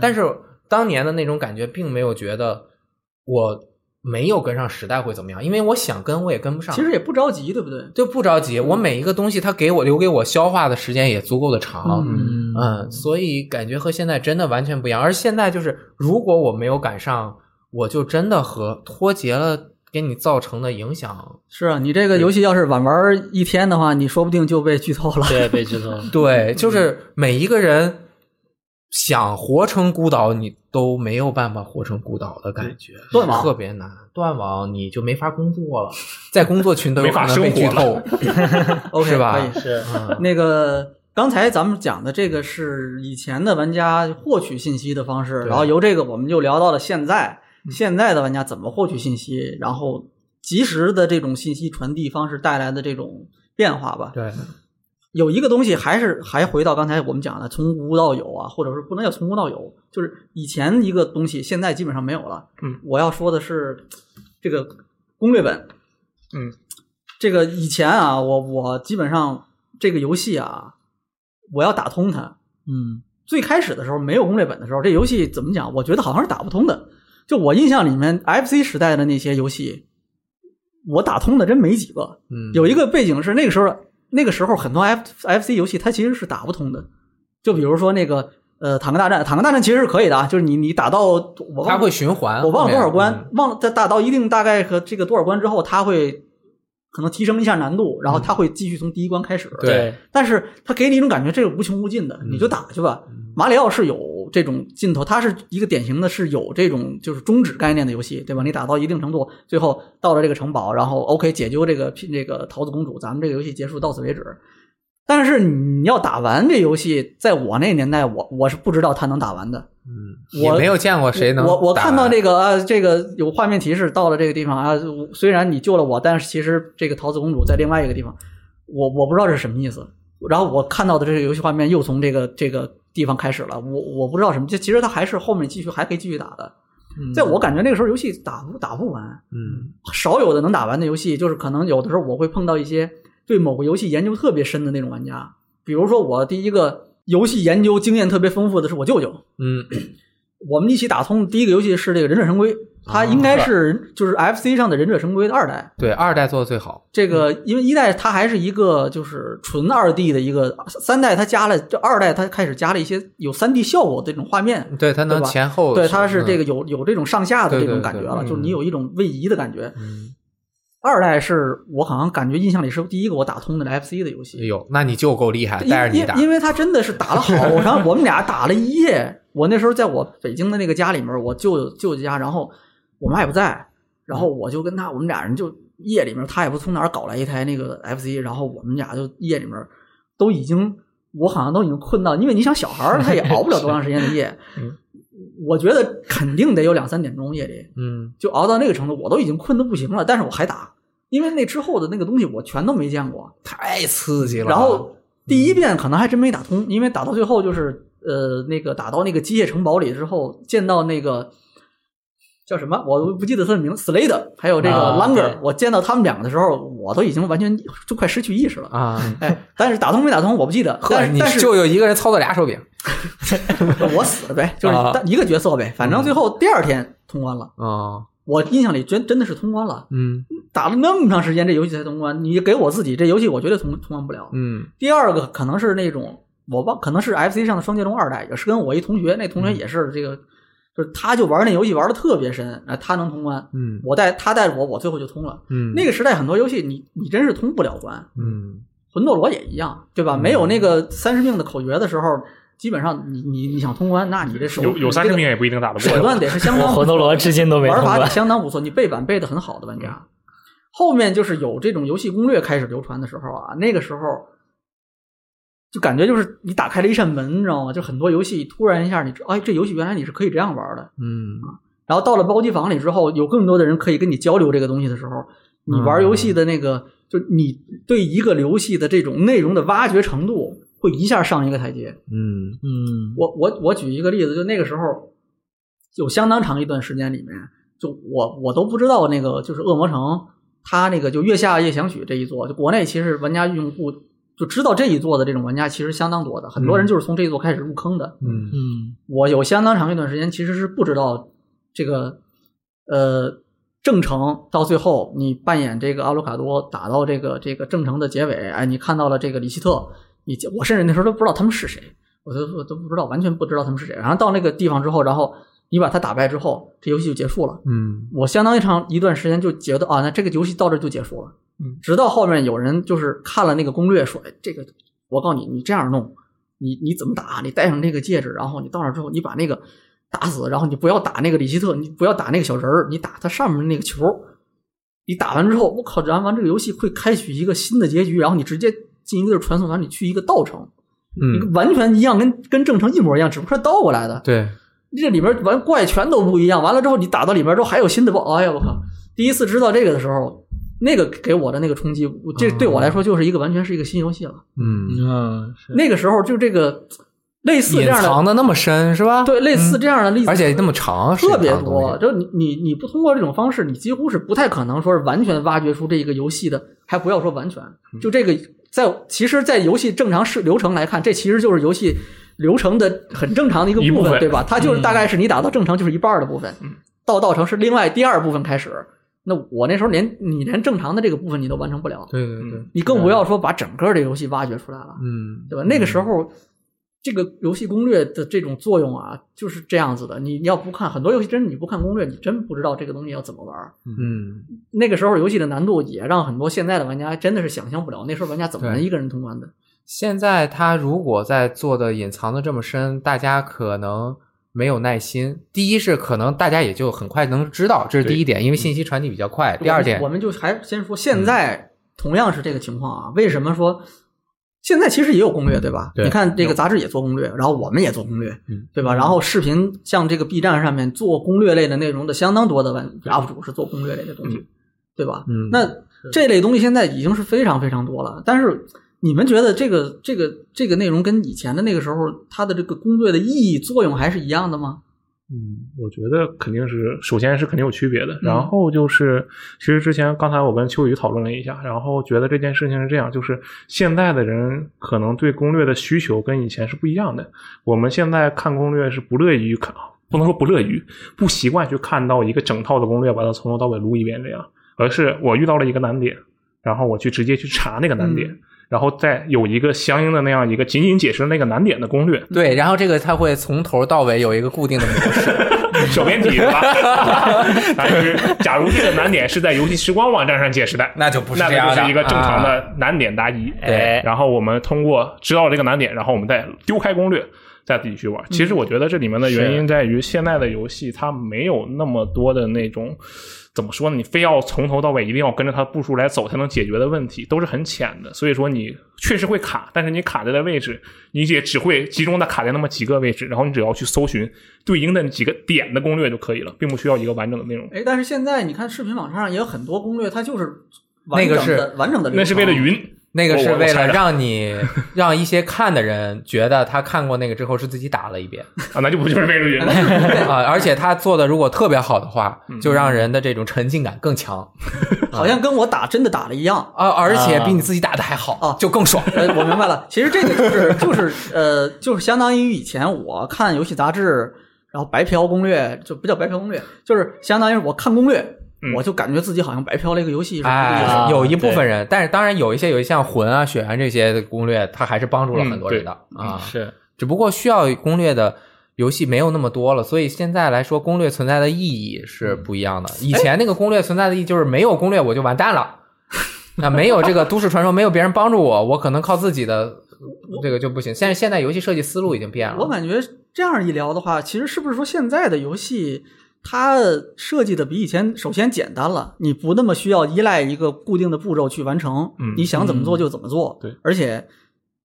但是当年的那种感觉，并没有觉得我没有跟上时代会怎么样，因为我想跟我也跟不上。
其实也不着急，对不对？
就不着急，我每一个东西它给我留给我消化的时间也足够的长，
嗯
嗯，所以感觉和现在真的完全不一样。而现在就是，如果我没有赶上，我就真的和脱节了，给你造成的影响。
是啊，你这个游戏要是晚玩一天的话，你说不定就被剧 透了。
对，被剧透了。
对，
嗯
就是每一个人想活成孤岛，你都没有办法活成孤岛的感觉，
断网
特别难。断网你就没法工作了，在工作群都有
没法
可能被剧
生活
透
了，
OK，
是吧
可以。
是，
嗯
那个刚才咱们讲的这个是以前的玩家获取信息的方式，
对嗯
然后由这个我们就聊到了现在，现在的玩家怎么获取信息，然后及时的这种信息传递方式带来的这种变化吧。
对，
有一个东西还是还回到刚才我们讲的，从无到有啊，或者是不能叫从无到有，就是以前一个东西，现在基本上没有了。
嗯，
我要说的是这个攻略本，
嗯，
这个以前啊，我我基本上这个游戏啊，我要打通它，
嗯
最开始的时候没有攻略本的时候，这游戏怎么讲？我觉得好像是打不通的。就我印象里面，FC 时代的那些游戏，我打通的真没几个。
嗯，
有一个背景是那个时候，那个时候很多 F FC 游戏它其实是打不通的。就比如说那个呃，坦克大战，坦克大战其实是可以的，啊，就是你你打到我忘了
它会循环，
我忘了多少
后面嗯
关，，忘了在打到一定大概和这个多少关之后，它会可能提升一下难度，然后它会继续从第一关开始。
嗯对
但是它给你一种感觉，这个无穷无尽的，你就打去吧。马里奥是有这种尽头，它是一个典型的是有这种就是终止概念的游戏，对吧？你打到一定程度，最后到了这个城堡，然后 OK 解救这个这个桃子公主，咱们这个游戏结束到此为止。但是你要打完这游戏，在我那年代，我我是不知道它能打完的。
嗯，也
我
没有见过谁能
我我
打
看到这个啊，这个有画面提示到了这个地方啊，虽然你救了我，但是其实这个桃子公主在另外一个地方，我我不知道这是什么意思。然后我看到的这个游戏画面又从这个这个地方开始了，我我不知道什么，这其实它还是后面继续还可以继续打的。在我感觉那个时候游戏打不打不完，
嗯
少有的能打完的游戏，就是可能有的时候我会碰到一些对某个游戏研究特别深的那种玩家，比如说我第一个游戏研究经验特别丰富的是我舅舅，
嗯
我们一起打通的第一个游戏是这个《忍者神
啊
龟》，它应该是就是 FC 上的《忍者神龟》的二代。
对，二代做的最好，
这个
嗯
因为一代它还是一个就是纯二 D 的一个，三代它加了，这二代它开始加了一些有三 D 效果的这种画面。
对，它能
对吧
前后，嗯
对，它是这个有有这种上下的这种感觉
哦对嗯
了，
对对
就是你有一种位移的感觉。
嗯，
二代是我好像感觉印象里是第一个我打通的 FC 的游戏。
有，那你就够厉害，啊带着
因
你
因
打，，
因为他真的是打了好，然后我们俩打了一夜。我那时候在我北京的那个家里面，我舅舅舅舅家，然后我妈也不在，然后我就跟他，我们俩人就夜里面，他也不从哪儿搞来一台那个 FC，然后我们俩就夜里面都已经，我好像都已经困到，因为你想小孩儿他也熬不了多长时间的夜
嗯
我觉得肯定得有两三点钟夜里，
嗯
就熬到那个程度，我都已经困得不行了，但是我还打，因为那之后的那个东西我全都没见过。
太刺激了，
然后第一遍可能还真没打通，因为打到最后就是呃那个打到那个机械城堡里之后，见到那个叫什么我都不记得他的名字 Slade，还有这个
啊
Langer，、
对
我见到他们两个的时候，我都已经完全就快失去意识了。
啊，
哎，但是打通没打通我不记得，
呵，
但是
你
但是
就有一个人操作俩手柄，
我死了呗，就是
啊
单一个角色呗，反正最后第二天通关了。
啊，
我印象里真真的是通关了，
嗯
打了那么长时间这游戏才通关。你给我自己这游戏，我绝对通通关不了。
嗯
第二个可能是那种我忘，可能是 FC 上的双截龙二代，也是跟我一同学，那同
嗯
学也是这个，就是他就玩那游戏玩的特别深，啊，他能通关，
嗯
我带他带着我，我最后就通了。
嗯，
那个时代很多游戏你你真是通不了关，
嗯
魂斗罗也一样，对吧？
嗯
没有那个三十命的口诀的时候，基本上你你你想通关，那你这手
有有三十命也不一定打得过。
手段得是相
我
当
魂斗罗至今都没
玩
通
法
关
得。相当不错，你背板背的很好的玩家。后面就是有这种游戏攻略开始流传的时候啊，那个时候就感觉就是你打开了一扇门，你知道吗？就很多游戏突然一下你知，哎，这游戏原来你是可以这样玩的。啊
嗯，
然后到了包机房里之后，有更多的人可以跟你交流这个东西的时候，你玩游戏的那个，就你对一个游戏的这种内容的挖掘程度，会一下上一个台阶。
嗯
嗯
我我我举一个例子，就那个时候，有相当长一段时间里面，就我我都不知道那个就是恶魔城，它那个就月下夜想曲这一座，就国内其实玩家用户就知道这一座的这种玩家其实相当多的，很多人就是从这一座开始入坑的。
嗯
嗯
我有相当长一段时间其实是不知道这个呃正城到最后你扮演这个阿鲁卡多打到这个这个正城的结尾，哎，你看到了这个里希特，你我甚至那时候都不知道他们是谁，我都我都不知道，完全不知道他们是谁。然后到那个地方之后，然后你把他打败之后，这游戏就结束了。
嗯
我相当一长一段时间就觉得啊，那这个游戏到这就结束了。
嗯，
直到后面有人就是看了那个攻略说，哎，这个我告诉你，你这样弄，你你怎么打？你戴上这个戒指，然后你到那儿之后，你把那个打死，然后你不要打那个里希特，你不要打那个小人儿，你打他上面那个球。你打完之后，我靠，然完这个游戏会开启一个新的结局，然后你直接进一个传送门，你去一个道城，一个
嗯，
完全一样，跟跟正城一模一样，只不过是倒过来的。
对，
这里面玩怪全都不一样。完了之后，你打到里面之后还有新的 BOSS，哎呀，我靠！第一次知道这个的时候，那个给我的那个冲击，
哦
我这对我来说就是一个完全是一个新游戏了。
嗯
嗯，是
那个时候就这个类似这
隐
样的
藏的那么深是吧？
对类似这样的例子，
而且那么长，
特别
时间长的东
多。
西
就你你你不通过这种方式，你几乎是不太可能说是完全挖掘出这个游戏的，还不要说完全，
嗯
就这个在其实，在游戏正常是流程来看，这其实就是游戏流程的很正常的一个
一部
部
分
对吧？它
嗯
就是大概是你打到正常就是一半儿的部分，到道城是另外第二部分开始。那我那时候连你连正常的这个部分你都完成不了，
对对对，啊
你更不要说把整个这个游戏挖掘出来了。
嗯，
对吧？那个时候，这个游戏攻略的这种作用啊，就是这样子的。你你要不看很多游戏，真的你不看攻略，你真不知道这个东西要怎么玩儿。
嗯，
那个时候游戏的难度也让很多现在的玩家真的是想象不了，那时候玩家怎么能
对
一个人通关的？
现在他如果在做的隐藏的这么深，大家可能没有耐心。第一是可能大家也就很快能知道，这是第一点，因为信息传递比较快。第二点
我，们就还先说现在同样是这个情况啊。为什么说现在其实也有攻略，对吧？
对
你看这个杂志也做攻略，然后我们也做攻略，
嗯
对吧？然后视频像这个 B 站上面做攻略类的内容的相当多的玩 UP 主是做攻略类的东西，对吧？
嗯
那这类东西现在已经是非常非常多了，但是。你们觉得这个这个这个内容跟以前的那个时候它的这个攻略的意义作用还是一样的吗？
嗯，我觉得肯定是，首先是肯定有区别的。然后就是，其实之前刚才我跟秋雨讨论了一下，然后觉得这件事情是这样，就是现在的人可能对攻略的需求跟以前是不一样的。我们现在看攻略是不乐于看，不能说不乐于，不习惯去看到一个整套的攻略，把它从头到尾撸一遍这样，而是我遇到了一个难点，然后我去直接去查那个难点，然后再有一个相应的那样一个仅仅解释那个难点的攻略，
对，然后这个他会从头到尾有一个固定的模式。
小编体是吧？ 但是，假如这个难点是在游戏时光网站上解释的，
那就不是
那
这样
么
的
就是一个正常
啊
的难点答疑。
哎
然后我们通过知道这个难点，然后我们再丢开攻略，再自己去
嗯
玩。其实我觉得这里面的原因在于，现在的游戏它没有那么多的那种。怎么说呢？你非要从头到尾一定要跟着它步数来走才能解决的问题，都是很浅的。所以说你确实会卡，但是你卡在的位置，你也只会集中的卡在那么几个位置，然后你只要去搜寻对应的几个点的攻略就可以了，并不需要一个完整的内容。
哎，但是现在你看视频网站上也有很多攻略，它就是完
那
整
个
的、
是
完整的流程，
那是为了云，
那个是
我我
为
猜
了
的
让你让一些看的人觉得他看过那个之后是自己打了一遍
啊，那就不就是为了云了。
啊，而且他做的如果特别好的话，
嗯
就让人的这种沉浸感更强
好像跟我打真的打了一样。
啊，而且
啊
比你自己打的还
啊
好，就更 爽。
呃，我明白了，其实这个就是就是呃，就是相当于以前我看游戏杂志，然后白嫖攻略，就不叫白嫖攻略，就是相当于我看攻略，
嗯
我就感觉自己好像白嫖了一个游戏
啊
是吧？这个意
哎
思，
有一部分人，但是当然有一些有一些像魂啊、血缘这些的攻略，它还是帮助了很多人的啊。
嗯是
只不过需要攻略的游戏没有那么多了，所以现在来说，攻略存在的意义是
嗯
不一样的。以前那个攻略存在的意义就是没有攻略我就完蛋了，那没有这个都市传说，没有别人帮助我，我可能靠自己的呃这个就不行。现在现在游戏设计思路已经变
啊
我
了，
感觉这样一聊的话，其实是不是说现在的游戏它设计的比以前首先简单了，你不那么需要依赖一个固定的步骤去完成，
嗯
你想怎么做就怎么做，
对，
而且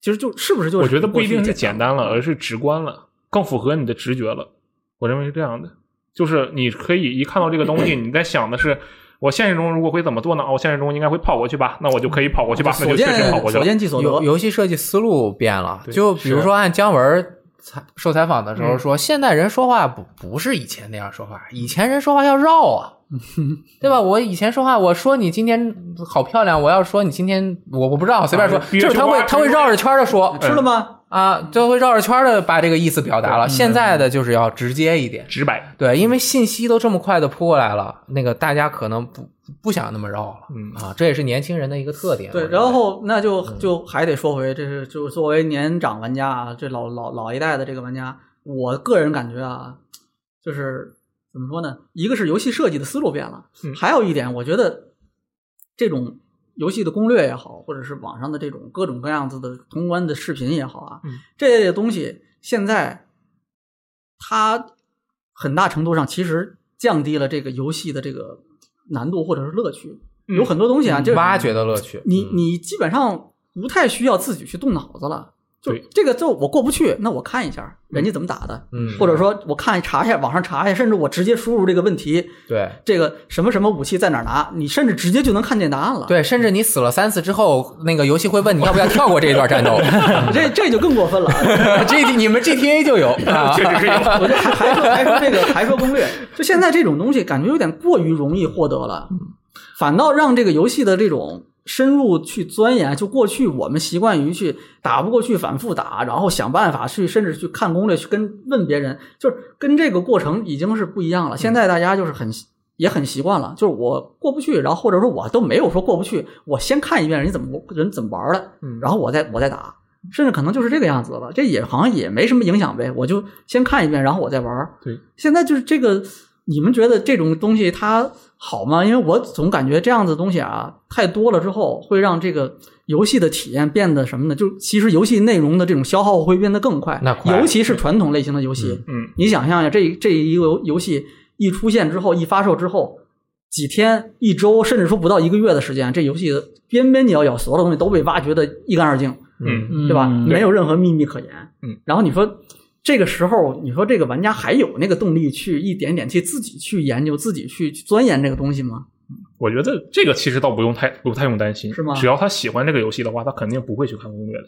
其实就是不是就是
我觉得不一定
过去嗯
是简单了，而是直观了，更符合你的直觉了。我认为是这样的，就是你可以一看到这个东西，你在想的是。我现实中如果会怎么做呢？哦，我现实中应该会跑过去吧？那我就可以跑过去吧？那
所
就确实跑
见
过
嗯
去
所
了。
见即所
游
得，
游戏设计思路变了。
对
就比如
是
说按姜文儿采受采访的时
嗯
候说，现代人说话不不是以前那样说话，以前人说话要绕 啊。对吧？我以前说话，我说你今天好漂亮，我要说你今天我我不知道，随便说
啊，憋
就是他
着
会
花
他会绕着圈的说
吃了吗？
啊，就会绕着圈的把这个意思表达了。
嗯
现在的就是要直接一点，
直白，
对，因为信息都这么快的扑过来了，那个大家可能不不想那么绕了
嗯
啊，这也是年轻人的一个特点。
对，
我认为
然后那就就还得说回，这是就是作为年长玩家啊，这老老老一代的这个玩家，我个人感觉啊，就是怎么说呢？一个是游戏设计的思路变了，
嗯
还有一点，我觉得这种游戏的攻略也好，或者是网上的这种各种各样子的通关的视频也好啊，
嗯
这类的东西现在它很大程度上其实降低了这个游戏的这个难度或者是乐趣。
嗯
有很多东西啊，就是
挖掘的乐趣，嗯
你你基本上不太需要自己去动脑子了，就
对
这个就我过不去，那我看一下人家怎么打的，
嗯
或者说我看查一下网上查一下，甚至我直接输入这个问题，
对
这个什么什么武器在哪儿拿，你甚至直接就能看见答案了。
对，甚至你死了三次之后，那个游戏会问你要不要跳过这一段 战斗，
这这就更过 分了。
这你们 GTA 就有啊
确，实是有。
我就还还说还说这个还说攻略，就现在这种东西感觉有点过于容易获得了，反倒让这个游戏的这种深入去钻研，就过去我们习惯于去打不过去反复打，然后想办法去甚至去看攻略去跟问别人，就是跟这个过程已经是不一样了。现在大家就是很。也很习惯了，就是我过不去，然后或者说我都没有说过不去，我先看一遍人家怎么人怎么玩的，然后我再我再打，甚至可能就是这个样子了。这也好像也没什么影响呗，我就先看一遍，然后我再玩儿。
对，
现在就是这个，你们觉得这种东西它好吗？因为我总感觉这样子的东西啊太多了之后，会让这个游戏的体验变得什么呢？就其实游戏内容的这种消耗会变得更快，
那快
尤其是传统类型的游戏。
嗯，
你想象一下，这这一个游游戏一出现之后，一发售之后。几天、一周，甚至说不到一个月的时间，这游戏的边边角角所有的东西都被挖掘的一干二净。
嗯
对吧？
嗯
没有任何秘密可言。
嗯，
然后你说这个时候，你说这个玩家还有那个动力去一点点去自己去研究、自己去钻研这个东西吗？
我觉得这个其实倒不用太不太用担心，
是吗
只要他喜欢这个游戏的话，他肯定不会去看攻略的。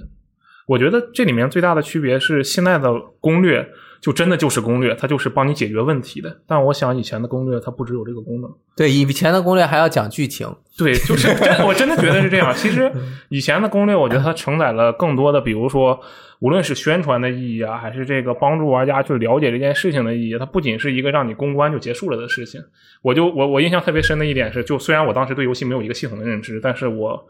我觉得这里面最大的区别是，现在的攻略就真的就是攻略，它就是帮你解决问题的。但我想以前的攻略它不只有这个功能。
对，以前的攻略还要讲剧情，
对，就是真，我真的觉得是这样。其实以前的攻略，我觉得它承载了更多的，比如说，无论是宣传的意义啊，还是这个帮助玩家去了解这件事情的意义，它不仅是一个让你公关就结束了的事情。我就我我印象特别深的一点是，就虽然我当时对游戏没有一个系统的认知，但是我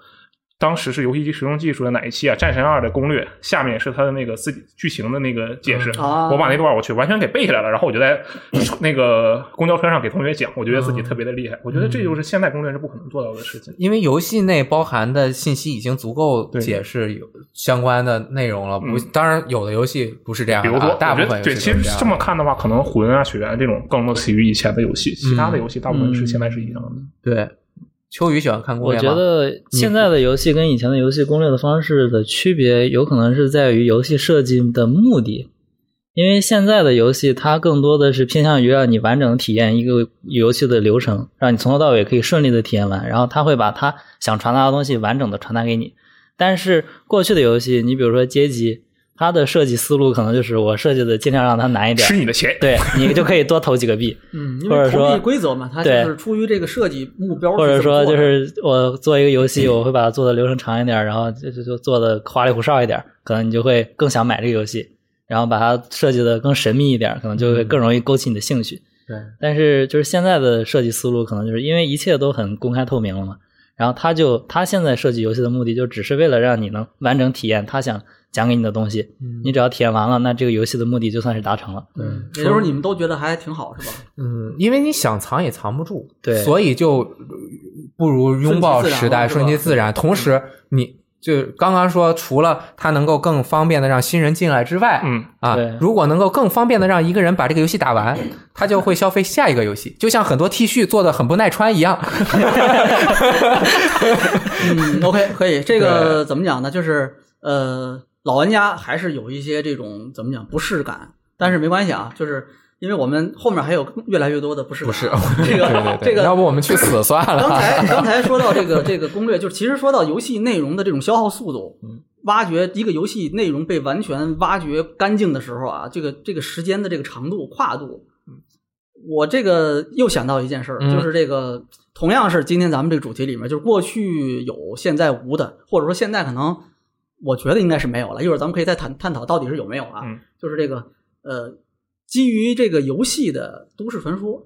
当时是游戏机使用技术的哪一期啊，《战神二》的攻略，下面是它的那个自己剧情的那个解释，
嗯啊
我把那段我去完全给背下来了，然后我就在 那个公交车上给同学讲，我觉得自己特别的厉害，我觉得这就是现代攻略是不可能做到的事情。
因为游戏内包含的信息已经足够
对
解释有相关的内容了。不，
嗯
当然有的游戏不是这样
比
的啊，
如说，
大部
我觉
分
得
游
对，
戏
其
都
实
是这样
这
的
么看的话，可能魂啊、血缘这种更类似于以前的游戏，其他的游戏大部分是
嗯
现在是一样的。
对。秋雨喜欢看攻
我
略吗？
觉得现在的游戏跟以前的游戏攻略的方式的区别，有可能是在于游戏设计的目的。因为现在的游戏，它更多的是偏向于让你完整地体验一个游戏的流程，让你从头到尾可以顺利的体验完，然后它会把它想传达的东西完整的传达给你。但是过去的游戏，你比如说街机，它的设计思路可能就是我设计的尽量让它难一点
吃，你的钱，
对你就可以多投几个币。
嗯，因
或
为
者
投
说
币规则嘛，它就
对
是出于这个设计目标去
或者
这么
说
做的
就是我做一个游戏，我会把它做的流程长一点，然后就就就做的花里胡哨一点，可能你就会更想买这个游戏，然后把它设计的更神秘一点，可能就会更容易勾起你的兴趣。
对，
但是就是现在的设计思路，可能就是因为一切都很公开透明了嘛，然后他就他现在设计游戏的目的，就只是为了让你能完整体验他想讲给你的东西，你只要体验完了，那这个游戏的目的就算是达成了。
嗯
也就是你们都觉得还挺好是吧？
嗯，因为你想藏也藏不住，
对
所以就呃不如拥抱时代，
顺
顺
其自然嘛
其自然。同时，
嗯
你就刚刚说，除了它能够更方便的让新人进来之外，
嗯，
啊
对，
如果能够更方便的让一个人把这个游戏打完，他就会消费下一个游戏，就像很多 T 恤做的很不耐穿一 样。
嗯，OK，可以。这个怎么讲呢？就是呃，老玩家还是有一些这种怎么讲不适感，但是没关系啊，就是因为我们后面还有更越来越多的不适感 啊。不是这个
对对对，
这个
要不我们去死算
刚
了。
才刚才说到这个这个攻略，就是其实说到游戏内容的这种消耗速度，
嗯
挖掘一个游戏内容被完全挖掘干净的时候啊，这个这个时间的这个长度跨度，我这个又想到一件事儿，
嗯
就是这个同样是今天咱们这个主题里面，就是过去有现在无的，或者说现在可能我觉得应该是没有了，一会儿咱们可以再探探讨到底是有没有啊，
嗯
就是这个呃，基于这个游戏的都市传说，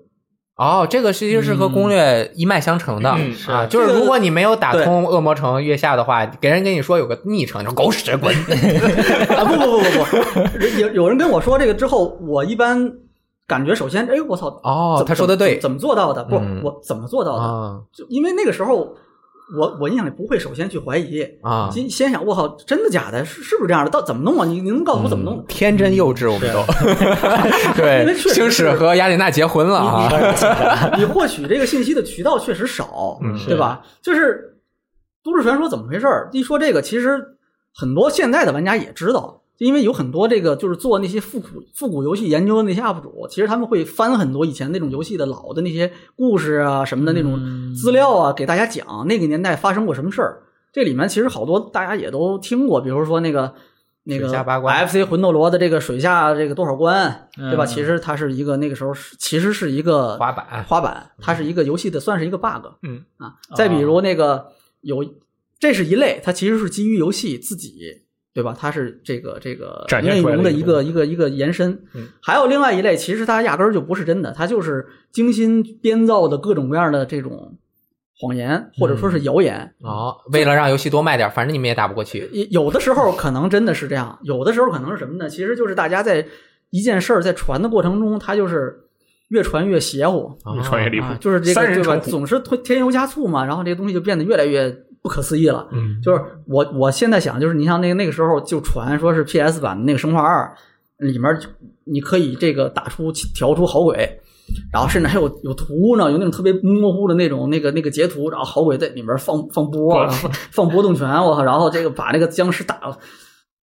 哦，这个其实是和
嗯
攻略一脉相承的、
嗯
啊，
是
就是如果你没有打
对
通恶魔城月下的话，给人跟你说有个昵称，就狗屎滚。
啊不不不不不，人有有人跟我说这个之后，我一般感觉首先，哎，我操，
哦
怎，
他说的对
怎么做到的？不，
嗯
我怎么做到的？
啊
就因为那个时候，我我印象里不会首先去怀疑，
啊，
先先想，我靠，真的假的？是是不是这样的？到怎么弄啊？你你能告诉我怎么弄
嗯？天真幼稚，我们都 对。
确实
星矢
是
和雅典娜结婚了啊！
你你你获取这个信息的渠道确实少，
嗯
对吧？就是都市传说怎么回事儿？一说这个，其实很多现在的玩家也知道，因为有很多这个就是做那些复古复古游戏研究的那些 UP 主，其实他们会翻很多以前那种游戏的老的那些故事啊什么的那种
嗯
资料啊，给大家讲那个年代发生过什么事儿。这里面其实好多大家也都听过，比如说那个那个
水下八关
FC 魂斗罗的这个水下这个多少关，对吧？
嗯
其实它是一个那个时候是其实是一个
滑板
滑板，它是一个游戏的算是一个 bug。
嗯
啊，再比如那个有，这是一类，它其实是基于游戏自己，对吧？它是这个这个
展现
内
出来的
容的
一
一
种
个一个一个延伸
嗯。
还有另外一类，其实它压根儿就不是真的，它就是精心编造的各种各样的这种谎言，或者说
嗯
是谣言。
哦，为了让游戏多卖点，反正你们也打不过去。
也有的时候可能真的是这样，有的时候可能是什么呢？其实就是大家在一件事儿在传的过程中，它就是越传越邪乎，
越穿越
哦
离
啊
谱，，
就是这
嗯三
个
人
对吧？
成虎，
总是推添油加醋嘛，然后这个东西就变得越来越不可思议了。
嗯，
就是我我现在想，就是你像那个那个时候就传说是 PS 版的那个《生化二》里面，你可以这个打出调出好鬼，然后甚至还有有图呢，有那种特别模糊的那种那个那个截图，然后好鬼在里面放放波，
哇
然后放波动拳，我靠，然后这个把那个僵尸打了，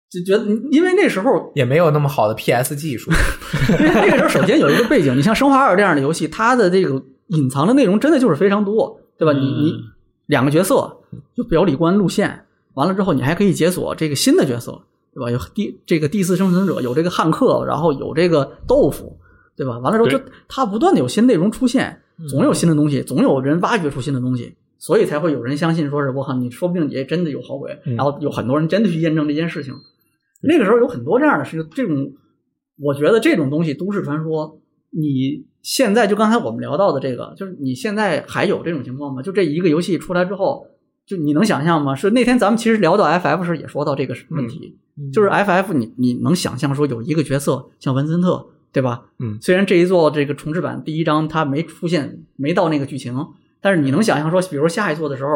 就觉得因为那时候
也没有那么好的 PS 技 术。
因为那个时候首先有一个背景，你像《生化二》这样的游戏，它的这个隐藏的内容真的就是非常多，对吧？你你
嗯
两个角色有表里观路线，完了之后你还可以解锁这个新的角色，对吧？有第这个第四生存者，有这个汉克，然后有这个豆腐，对吧？完了之后就它不断的有新内容出现，总有新的东西，总有人挖掘出新的东西。所以才会有人相信，说是我靠，你说不定也真的有好鬼，
嗯
然后有很多人真的去验证这件事情。那个时候有很多这样的事情，这种我觉得这种东西，都市传说，你现在就刚才我们聊到的这个，就是你现在还有这种情况吗？就这一个游戏出来之后，就你能想象吗？是那天咱们其实聊到 FF 时也说到这个问题，
嗯
就是 FF 你你能想象说有一个角色像文森特，对吧？
嗯
虽然这一座这个重置版第一章它没出现，没到那个剧情，但是你能想象说，比如下一座的时候，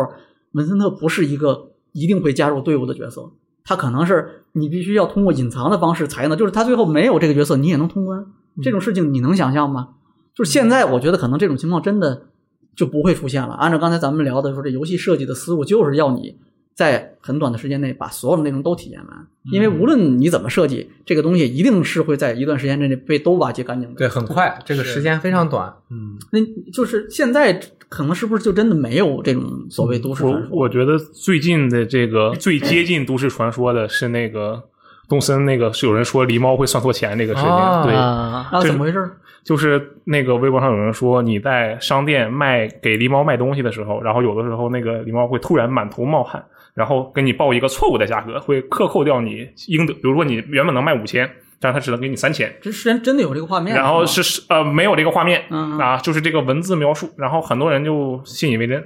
文森特不是一个一定会加入队伍的角色，他可能是你必须要通过隐藏的方式才能，就是他最后没有这个角色你也能通关，
嗯
这种事情你能想象吗？就是现在我觉得可能这种情况真的就不会出现了。按照刚才咱们聊的说，这游戏设计的思路就是要你在很短的时间内把所有的内容都体验完，因为
嗯
无论你怎么设计，这个东西一定是会在一段时间之内被都瓦解干净的。
对，很快，这个
是
时间非常短。
嗯，
那就是现在可能是不是就真的没有这种所谓都市传
我
说？
我觉得最近的这个最接近都市传说的是那个动森，那个是有人说狸猫会算错钱这个事情，
啊
对，
啊，
啊，
这
怎么回事？
就是那个微博上有人说，你在商店卖给狸猫卖东西的时候，然后有的时候那个狸猫会突然满头冒汗，然后给你报一个错误的价格，会克扣掉你应得，比如说你原本能卖五千，但是他只能给你三千。
这是真真的有这个画面？
然后
吗
是是呃没有这个画面
嗯嗯
啊，就是这个文字描述，然后很多人就信以为真，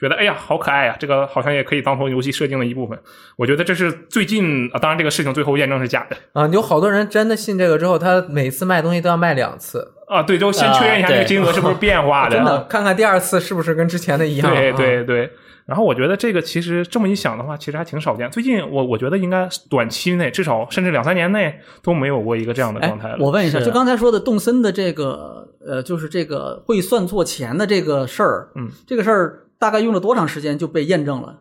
觉得哎呀好可爱呀、这个好像也可以当成游戏设定的一部分。我觉得这是最近啊，当然这个事情最后验证是假的
啊，有好多人真的信这个之后，他每次卖东西都要卖两次，
啊，对，就先确认一下
啊
这个
对
金额是不是变化的，
真的看看第二次是不是跟之前的一样。
啊对
啊
对对。然后我觉得这个其实这么一想的话，其实还挺少见。最近我我觉得应该短期内，至少甚至两三年内都没有过一个这样的状态了。
哎
啊
我问一下，
是
就刚才说的动森的这个呃，就是这个会算错钱的这个事儿，
嗯，
这个事儿大概用了多长时间就被验证了？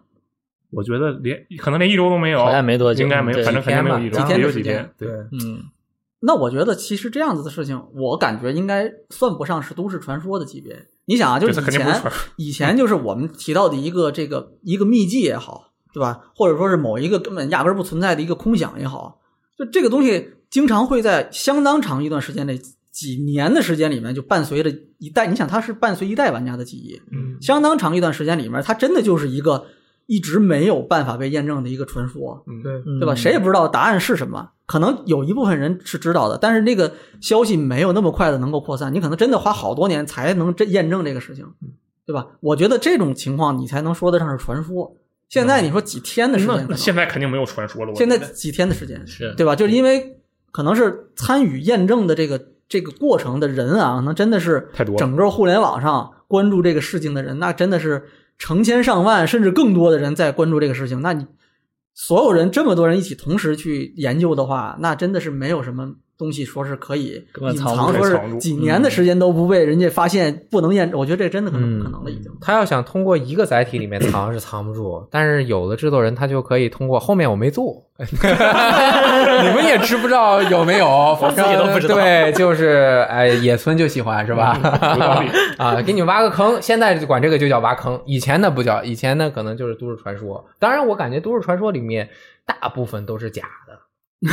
我觉得连可能连一周都没有，
好像没多久
应该没有，
对
反正肯定没有一周，
几天吧
也有
几
几
天的
天
时。
对，
嗯，
那我觉得其实这样子的事情，我感觉应该算不上是都市传说的级别。你想啊，就
这
是以
次肯定不是
前
传说
以前就是我们提到的一个这个一个秘籍也好，对吧？或者说是某一个根本压根儿不存在的一个空想也好，就这个东西经常会在相当长一段时间内，几年的时间里面就伴随着一代。你想，它是伴随一代玩家的记忆，
嗯
相当长一段时间里面，它真的就是一个一直没有办法被验证的一个传说。
嗯
对
对吧？谁也不知道答案是什么，可能有一部分人是知道的，但是那个消息没有那么快的能够扩散，你可能真的花好多年才能真验证这个事情，
嗯
对吧？我觉得这种情况你才能说得上是传说。现在你说几天的时间可
嗯那
能，
那现在肯定没有传说了。我
现在
觉得
几天的时间，
是
对吧？就是因为可能是参与验证的这个这个过程的人啊，可能真的是
太多了
整个互联网上关注这个事情的人，那真的是成千上万甚至更多的人在关注这个事情。那你所有人这么多人一起同时去研究的话，那真的是没有什么东西说是可以
根本
隐
藏不
藏，
住
说是
藏不住嗯
几年的时间都不被人家发现，不能验证。我觉得这真的可能
嗯
不可能了，已经。
他要想通过一个载体里面藏是藏不住，但是有的制作人他就可以通过后面我没 做，你们也知不知道有没有，反
自己都
正
不知道嗯
对，就是哎，野村就喜欢是吧？
有道理
啊，给你们挖个坑，现在就管这个就叫挖坑，以前呢不叫，以前呢可能就是都市传说。当然，我感觉都市传说里面大部分都是假的，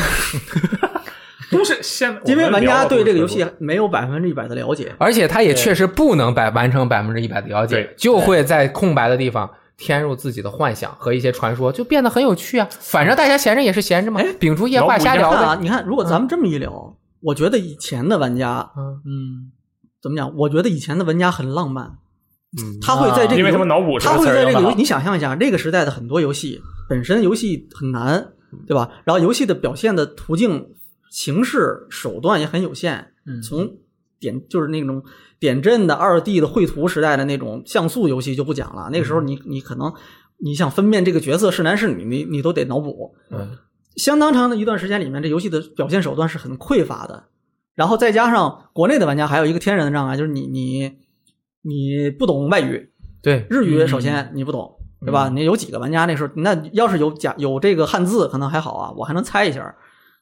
都是现，
因为
我们
玩
聊
家
的都
对
是
这个游
传说
戏没有百分之一百的了解，
而且他也确实不能百完成百分之一百的了解
对，
就会在空白的地方。添入自己的幻想和一些传说，就变得很有趣啊！反正大家闲着也是闲着
哎
嘛，秉烛夜话瞎聊
看
呗。
啊，你看，如果咱们这么一聊，我觉得以前的玩家，
嗯
嗯，怎么讲？我觉得以前的玩家很浪漫，
嗯
他会在这个
因为
游
他们脑补这
他
个
会
词
在
儿
这
用
个
的
游
好
戏，，你想象一下，这个时代的很多游戏本身游戏很难，
嗯
对吧？然后游戏的表现的途径、形式、手段也很有限，
嗯
从。点就是那种点阵的二 D 的绘图时代的那种像素游戏就不讲了，那个时候你你可能你想分辨这个角色是男是女，你你都得脑补。
嗯，
相当长的一段时间里面，这游戏的表现手段是很匮乏的。然后再加上国内的玩家还有一个天然的障碍，就是你你你不懂外语，
对，嗯
日语首先你不懂，对吧？你有几个玩家那时候，那要是有假有这个汉字可能还好啊，我还能猜一下。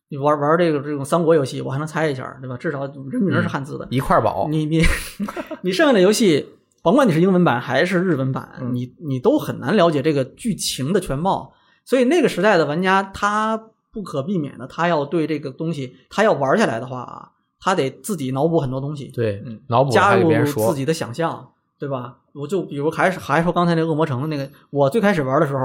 你玩玩这个这种三国游戏，我还能猜一下，对吧？至少人名是汉字的。
一块宝。
你 你你剩下的游戏，甭管你是英文版还是日文版，
嗯
你你都很难了解这个剧情的全貌。所以那个时代的玩家，他不可避免的，他要对这个东西，他要玩下来的话啊，他得自己脑补很多东西，
对
嗯，
脑补
加
还给
入
别人
自
说，
己的想象，对吧？我就比如还是还说刚才那个恶魔城的那个，我最开始玩的时候，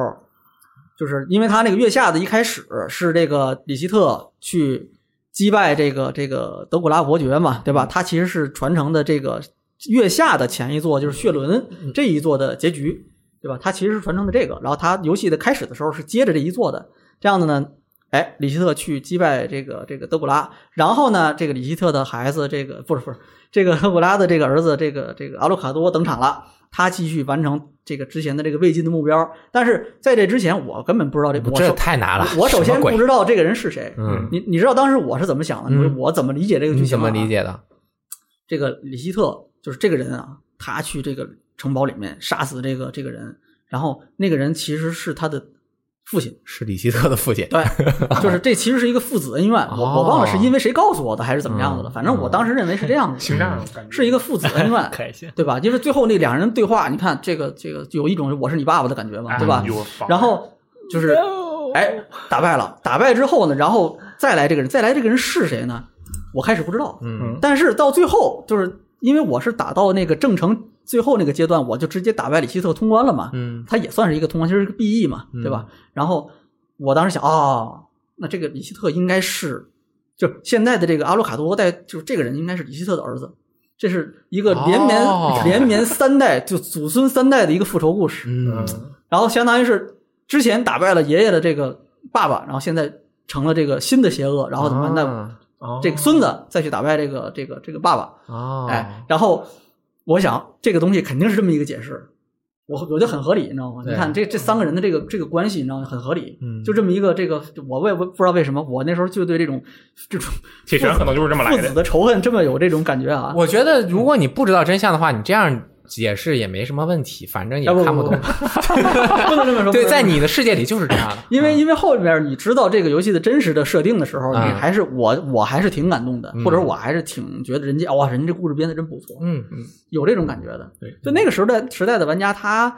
就是因为他那个月下的一开始是这个里希特去击败这个这个德古拉伯爵嘛，对吧？他其实是传承的这个月下的前一座，就是血轮
嗯
这一座的结局，对吧？他其实是传承的这个，然后他游戏的开始的时候是接着这一座的，这样的呢。哎，里希特去击败这个这个德古拉，然后呢，这个里希特的孩子，这个不是不是这个赫古拉的这个儿子，这个这个阿鲁卡多登场了，他继续完成这个之前的这个未尽的目标。但是在这之前，我根本不知道这我
这
首
太难了。
我首
什
先
么
不
鬼，
知道这个人是谁。
嗯，
你你知道当时我是怎么想的？
嗯
我怎么理解这个剧
你
情、
怎
啊？
么理？解的？
这个里希特就是这个人啊，他去这个城堡里面杀死这个这个人，然后那个人其实是他的父亲。
是里希特的父 亲。
对，就是这其实是一个父子恩怨，我我忘了是因为谁告诉我的还是怎么样子的，
嗯
反正我当时认为是这样子
情
的，
感啊感觉
是一个父子恩怨，
开心。
对吧？因为最后那两人对话，你看这个这个有一种我是你爸爸的感觉嘛，对吧？
I'm your father
然后就是哎打败了，打败之后呢，然后再来这个人，再来这个人是谁呢？我开始不知道，
嗯
嗯
但是到最后就是因为我是打到那个正城最后那个阶段，我就直接打败里希特通关了嘛，
嗯
它也算是一个通关，就是个 BE 嘛，对吧？然后我当时想，哦，那这个里希特应该是，就现在的这个阿鲁卡多代，就是这个人应该是里希特的儿子，这是一个连绵、
哦
连绵三代，就祖孙三代的一个复仇故事。
嗯
然后相当于是之前打败了爷爷的这个爸爸，然后现在成了这个新的邪恶，然后怎么办？那
啊
哦
这个孙子再去打败这个这个这个爸爸，
哦，
哎，然后我想这个东西肯定是这么一个解释，我我觉得很合理，你知道吗？
对
你看这这三个人的这个这个关系，你知道吗？很合理，
嗯
就这么一个这个，我我也不不知道为什么，我那时候就对这种这种
铁拳可能就是这么来
父子
的，
的仇恨这么有这种感觉啊。
我觉得如果你不知道真相的话，你这样解释也没什么问题，反正也
要啊不
看
不
懂。
不能这么说，不能这
对，
么说
在你的世界里就是这样的。
因为因为后面你知道这个游戏的真实的设定的时候，
嗯
你还是我我还是挺感动的，
嗯
或者我还是挺觉得人家哇，人家这故事编的真不错，
嗯，
有这种感觉的。
对，
就那个时代时代的玩家，他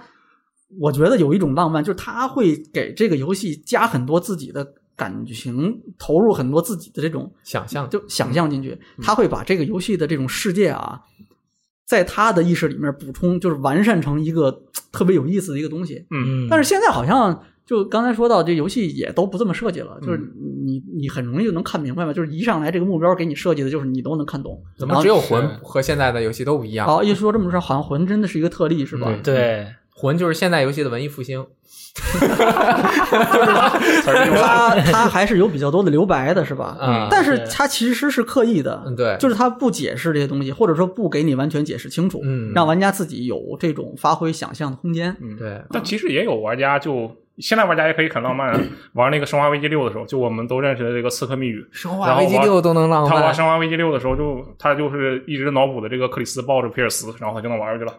我觉得有一种浪漫，就是他会给这个游戏加很多自己的感情，投入很多自己的这种
想象嗯
就想象进去，他会把这个游戏的这种世界啊，在他的意识里面补充，就是完善成一个特别有意思的一个东西。
嗯，
但是现在好像就刚才说到，这游戏也都不这么设计了，就是
嗯
你你很容易就能看明白嘛，就是一上来这个目标给你设计的，就是你都能看懂。
怎
然
么
后
只有魂和现在的游戏都不一样？
好，一说这么说，好像魂真的是一个特例，是吧？
啊嗯
对，
魂就是现代游戏的文艺复兴。
词儿用得好
他他还是有比较多的留白的，是吧？
嗯
但是他其实是刻意的，
嗯，对，
就是他不解释这些东西，或者说不给你完全解释清楚，
嗯
让玩家自己有这种发挥想象的空间。
嗯
对
但其实也有玩家就现在玩家也可以很浪漫 啊，玩那个《生化危机六》的时候，就我们都认识的这个刺客密语，
生化危机六都能浪
他玩《
漫
生化危机六》的时候就，他就是一直脑补的这个克里斯抱着皮尔斯，然后他就能玩下去了。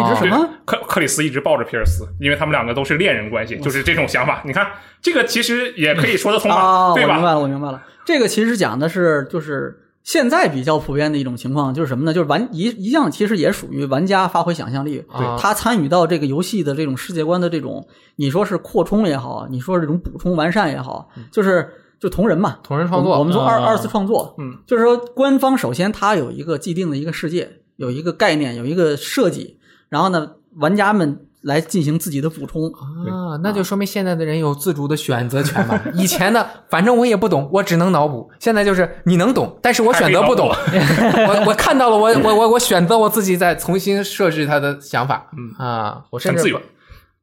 一直
啊
什么？
克克里斯一直抱着皮尔斯，因为他们两个都是恋人关系，就是这种想法。你看，这个其实也可以说得通 吧，
啊，
哦
对
我明
吧？
白了，我明白了。这个其实讲的是，就是现在比较普遍的一种情况，就是什么呢？就是玩一一项其实也属于玩家发挥想象力，
对
他参与到这个游戏的这种世界观的这种，你说是扩充也好，你说是这种补充完善也好，就是就同人嘛，
同人
我
创
们我
作
们从二
嗯
二次创作，
嗯，
就是说官方首先它有一个既定的一个世界，有一个概念，有一个设计，然后呢，玩家们来进行自己的补充。
啊，那就说明现在的人有自主的选择权嘛。以前的反正我也不懂，我只能脑补。现在就是你能懂，但是我选择不懂。 我我看到了，我我我我选择我自己再重新设置他的想法。
嗯
啊，我甚
很
至
自由。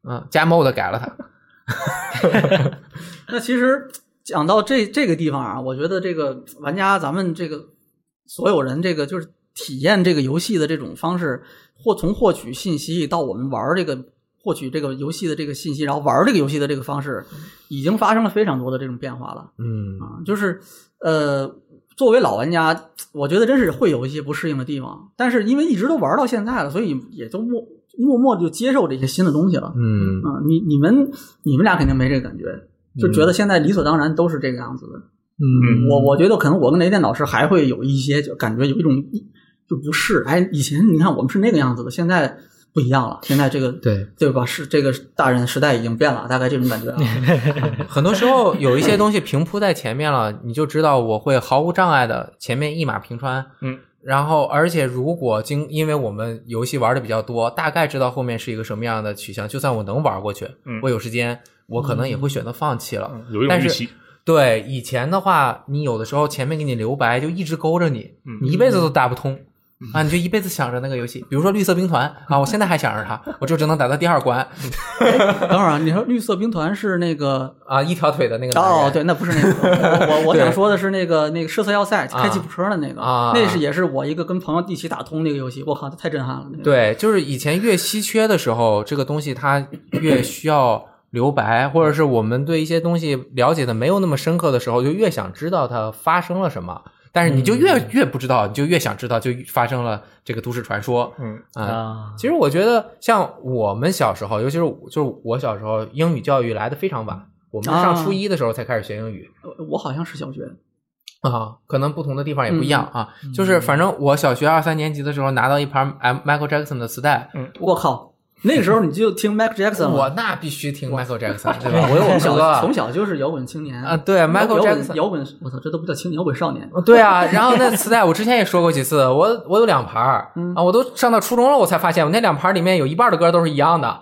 嗯加 mod 改了它。
那其实讲到这这个地方啊，我觉得这个玩家咱们这个所有人这个就是体验这个游戏的这种方式，或从获取信息到我们玩儿这个。获取这个游戏的这个信息，然后玩儿这个游戏的这个方式，已经发生了非常多的这种变化了。
嗯
啊，就是呃，作为老玩家，我觉得真是会有一些不适应的地方，但是因为一直都玩到现在了，所以也就默默默地就接受这些新的东西了。
嗯
啊，你你们你们俩肯定没这个感觉，就觉得
嗯
现在理所当然都是这个样子的。
嗯
我我觉得可能我跟雷电老师还会有一些就感觉有一种就不适，哎，以前你看我们是那个样子的，现在不一样了，现在这个
对，
对吧？是这个大人时代已经变了，大概这种感觉 啊。
很多时候有一些东西平铺在前面了，你就知道我会毫无障碍的前面一马平川。
嗯，
然后而且如果经因为我们游戏玩的比较多，大概知道后面是一个什么样的取向，就算我能玩过去，
嗯
我有时间，我可能也会选择放弃了。
嗯有一种
但是
预期，
对以前的话，你有的时候前面给你留白，就一直勾着你，
嗯
你一辈子都打 不通。啊，你就一辈子想着那个游戏，比如说《绿色兵团》啊，我现在还想着它，我就只能打到第二关
等会儿啊，你说绿色兵团是那 个
啊，一条腿的那个男人
哦，对，那不是那个，我我我
对
想说的是那个那个失色要塞
啊
开吉普车的那个，
啊
那是也是我一个跟朋友一起打通那个游戏，我靠，太震撼了。那个、，
对，就是以前越稀缺的时候，这个东西它越需要留白，或者是我们对一些东西了解的没有那么深刻的时候，就越想知道它发生了什么。但是你就越、越不知道，你就越想知道，就发生了这个都市传说
嗯，
啊、
啊，
其实我觉得，像我们小时候，尤其是我就是我小时候，英语教育来的非常晚，我们是上
啊
初一的时候才开始学英语。
我好像是小学，
啊，可能不同的地方也不一样啊，就是反正我小学二三年级的时候拿到一盘 M- Michael Jackson 的磁带，
我靠，那个时候你就听 Mac Jackson
我
了，哎
那必须听 Michael
哦
Jackson，对吧？我有
从
我
小
哥
从小就是摇滚青年
啊，对，Michael
摇滚
Jackson，
摇滚，我操，这都不叫青摇滚少年，
对啊。然后那磁带我之前也说过几次，我我有两盘儿
嗯
啊，我都上到初中了，我才发现我那两盘儿里面有一半的歌都是一 样的。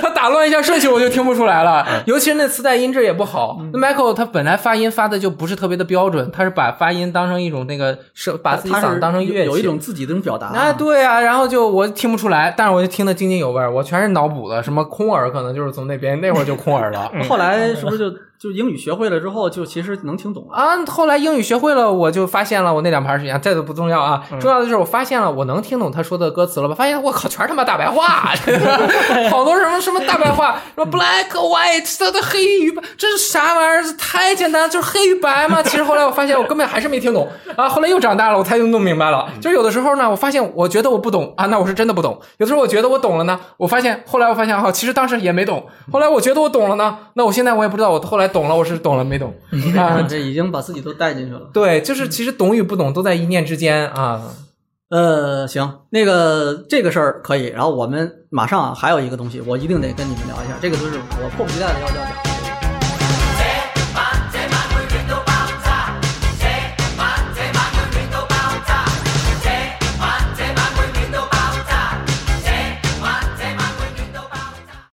他打乱一下顺序，我就听不出来
嗯
了。尤其是那磁带音质也不好。那 Michael 他本来发音发的就不是特别的标准，他是把发音当成一种那个声，把自己
他
嗓
是
子当成乐器，
有有一种自己的那种表达
啊，对啊，然后就我听不出来，但是我就听得津津有味儿，我全是脑补的，什么空耳可能就是从那边那会儿就空耳了
后来是不是就就英语学会了之后，就其实能听懂了？
啊。后来英语学会了，我就发现了我那两盘是一样，这都不重要啊，重要的就是我发现了我能听懂他说的歌词了吧？发现我靠，全是他妈大白话， 好多什么什么大白话，什么 black white，这这黑与白，这是啥玩意儿？这太简单了，就是黑与白嘛。其实后来我发现我根本还是没听懂啊，后来又长大了，我才弄明白了。就是有的时候呢，我发现我觉得我不懂啊，那我是真的不懂；有的时候我觉得我懂了呢，我发现后来我发现哦哈、其实当时也没懂。后来我觉得我懂了呢，那我现在我也不知道我后来懂了我是懂了没懂 啊
啊，。这已经把自己都带进去了。
对，就是其实懂与不懂都在一念之间啊。
呃，行，那个这个事儿可以，然后我们马上啊还有一个东西，我一定得跟你们聊一下，这个就是我迫不及待的要要讲。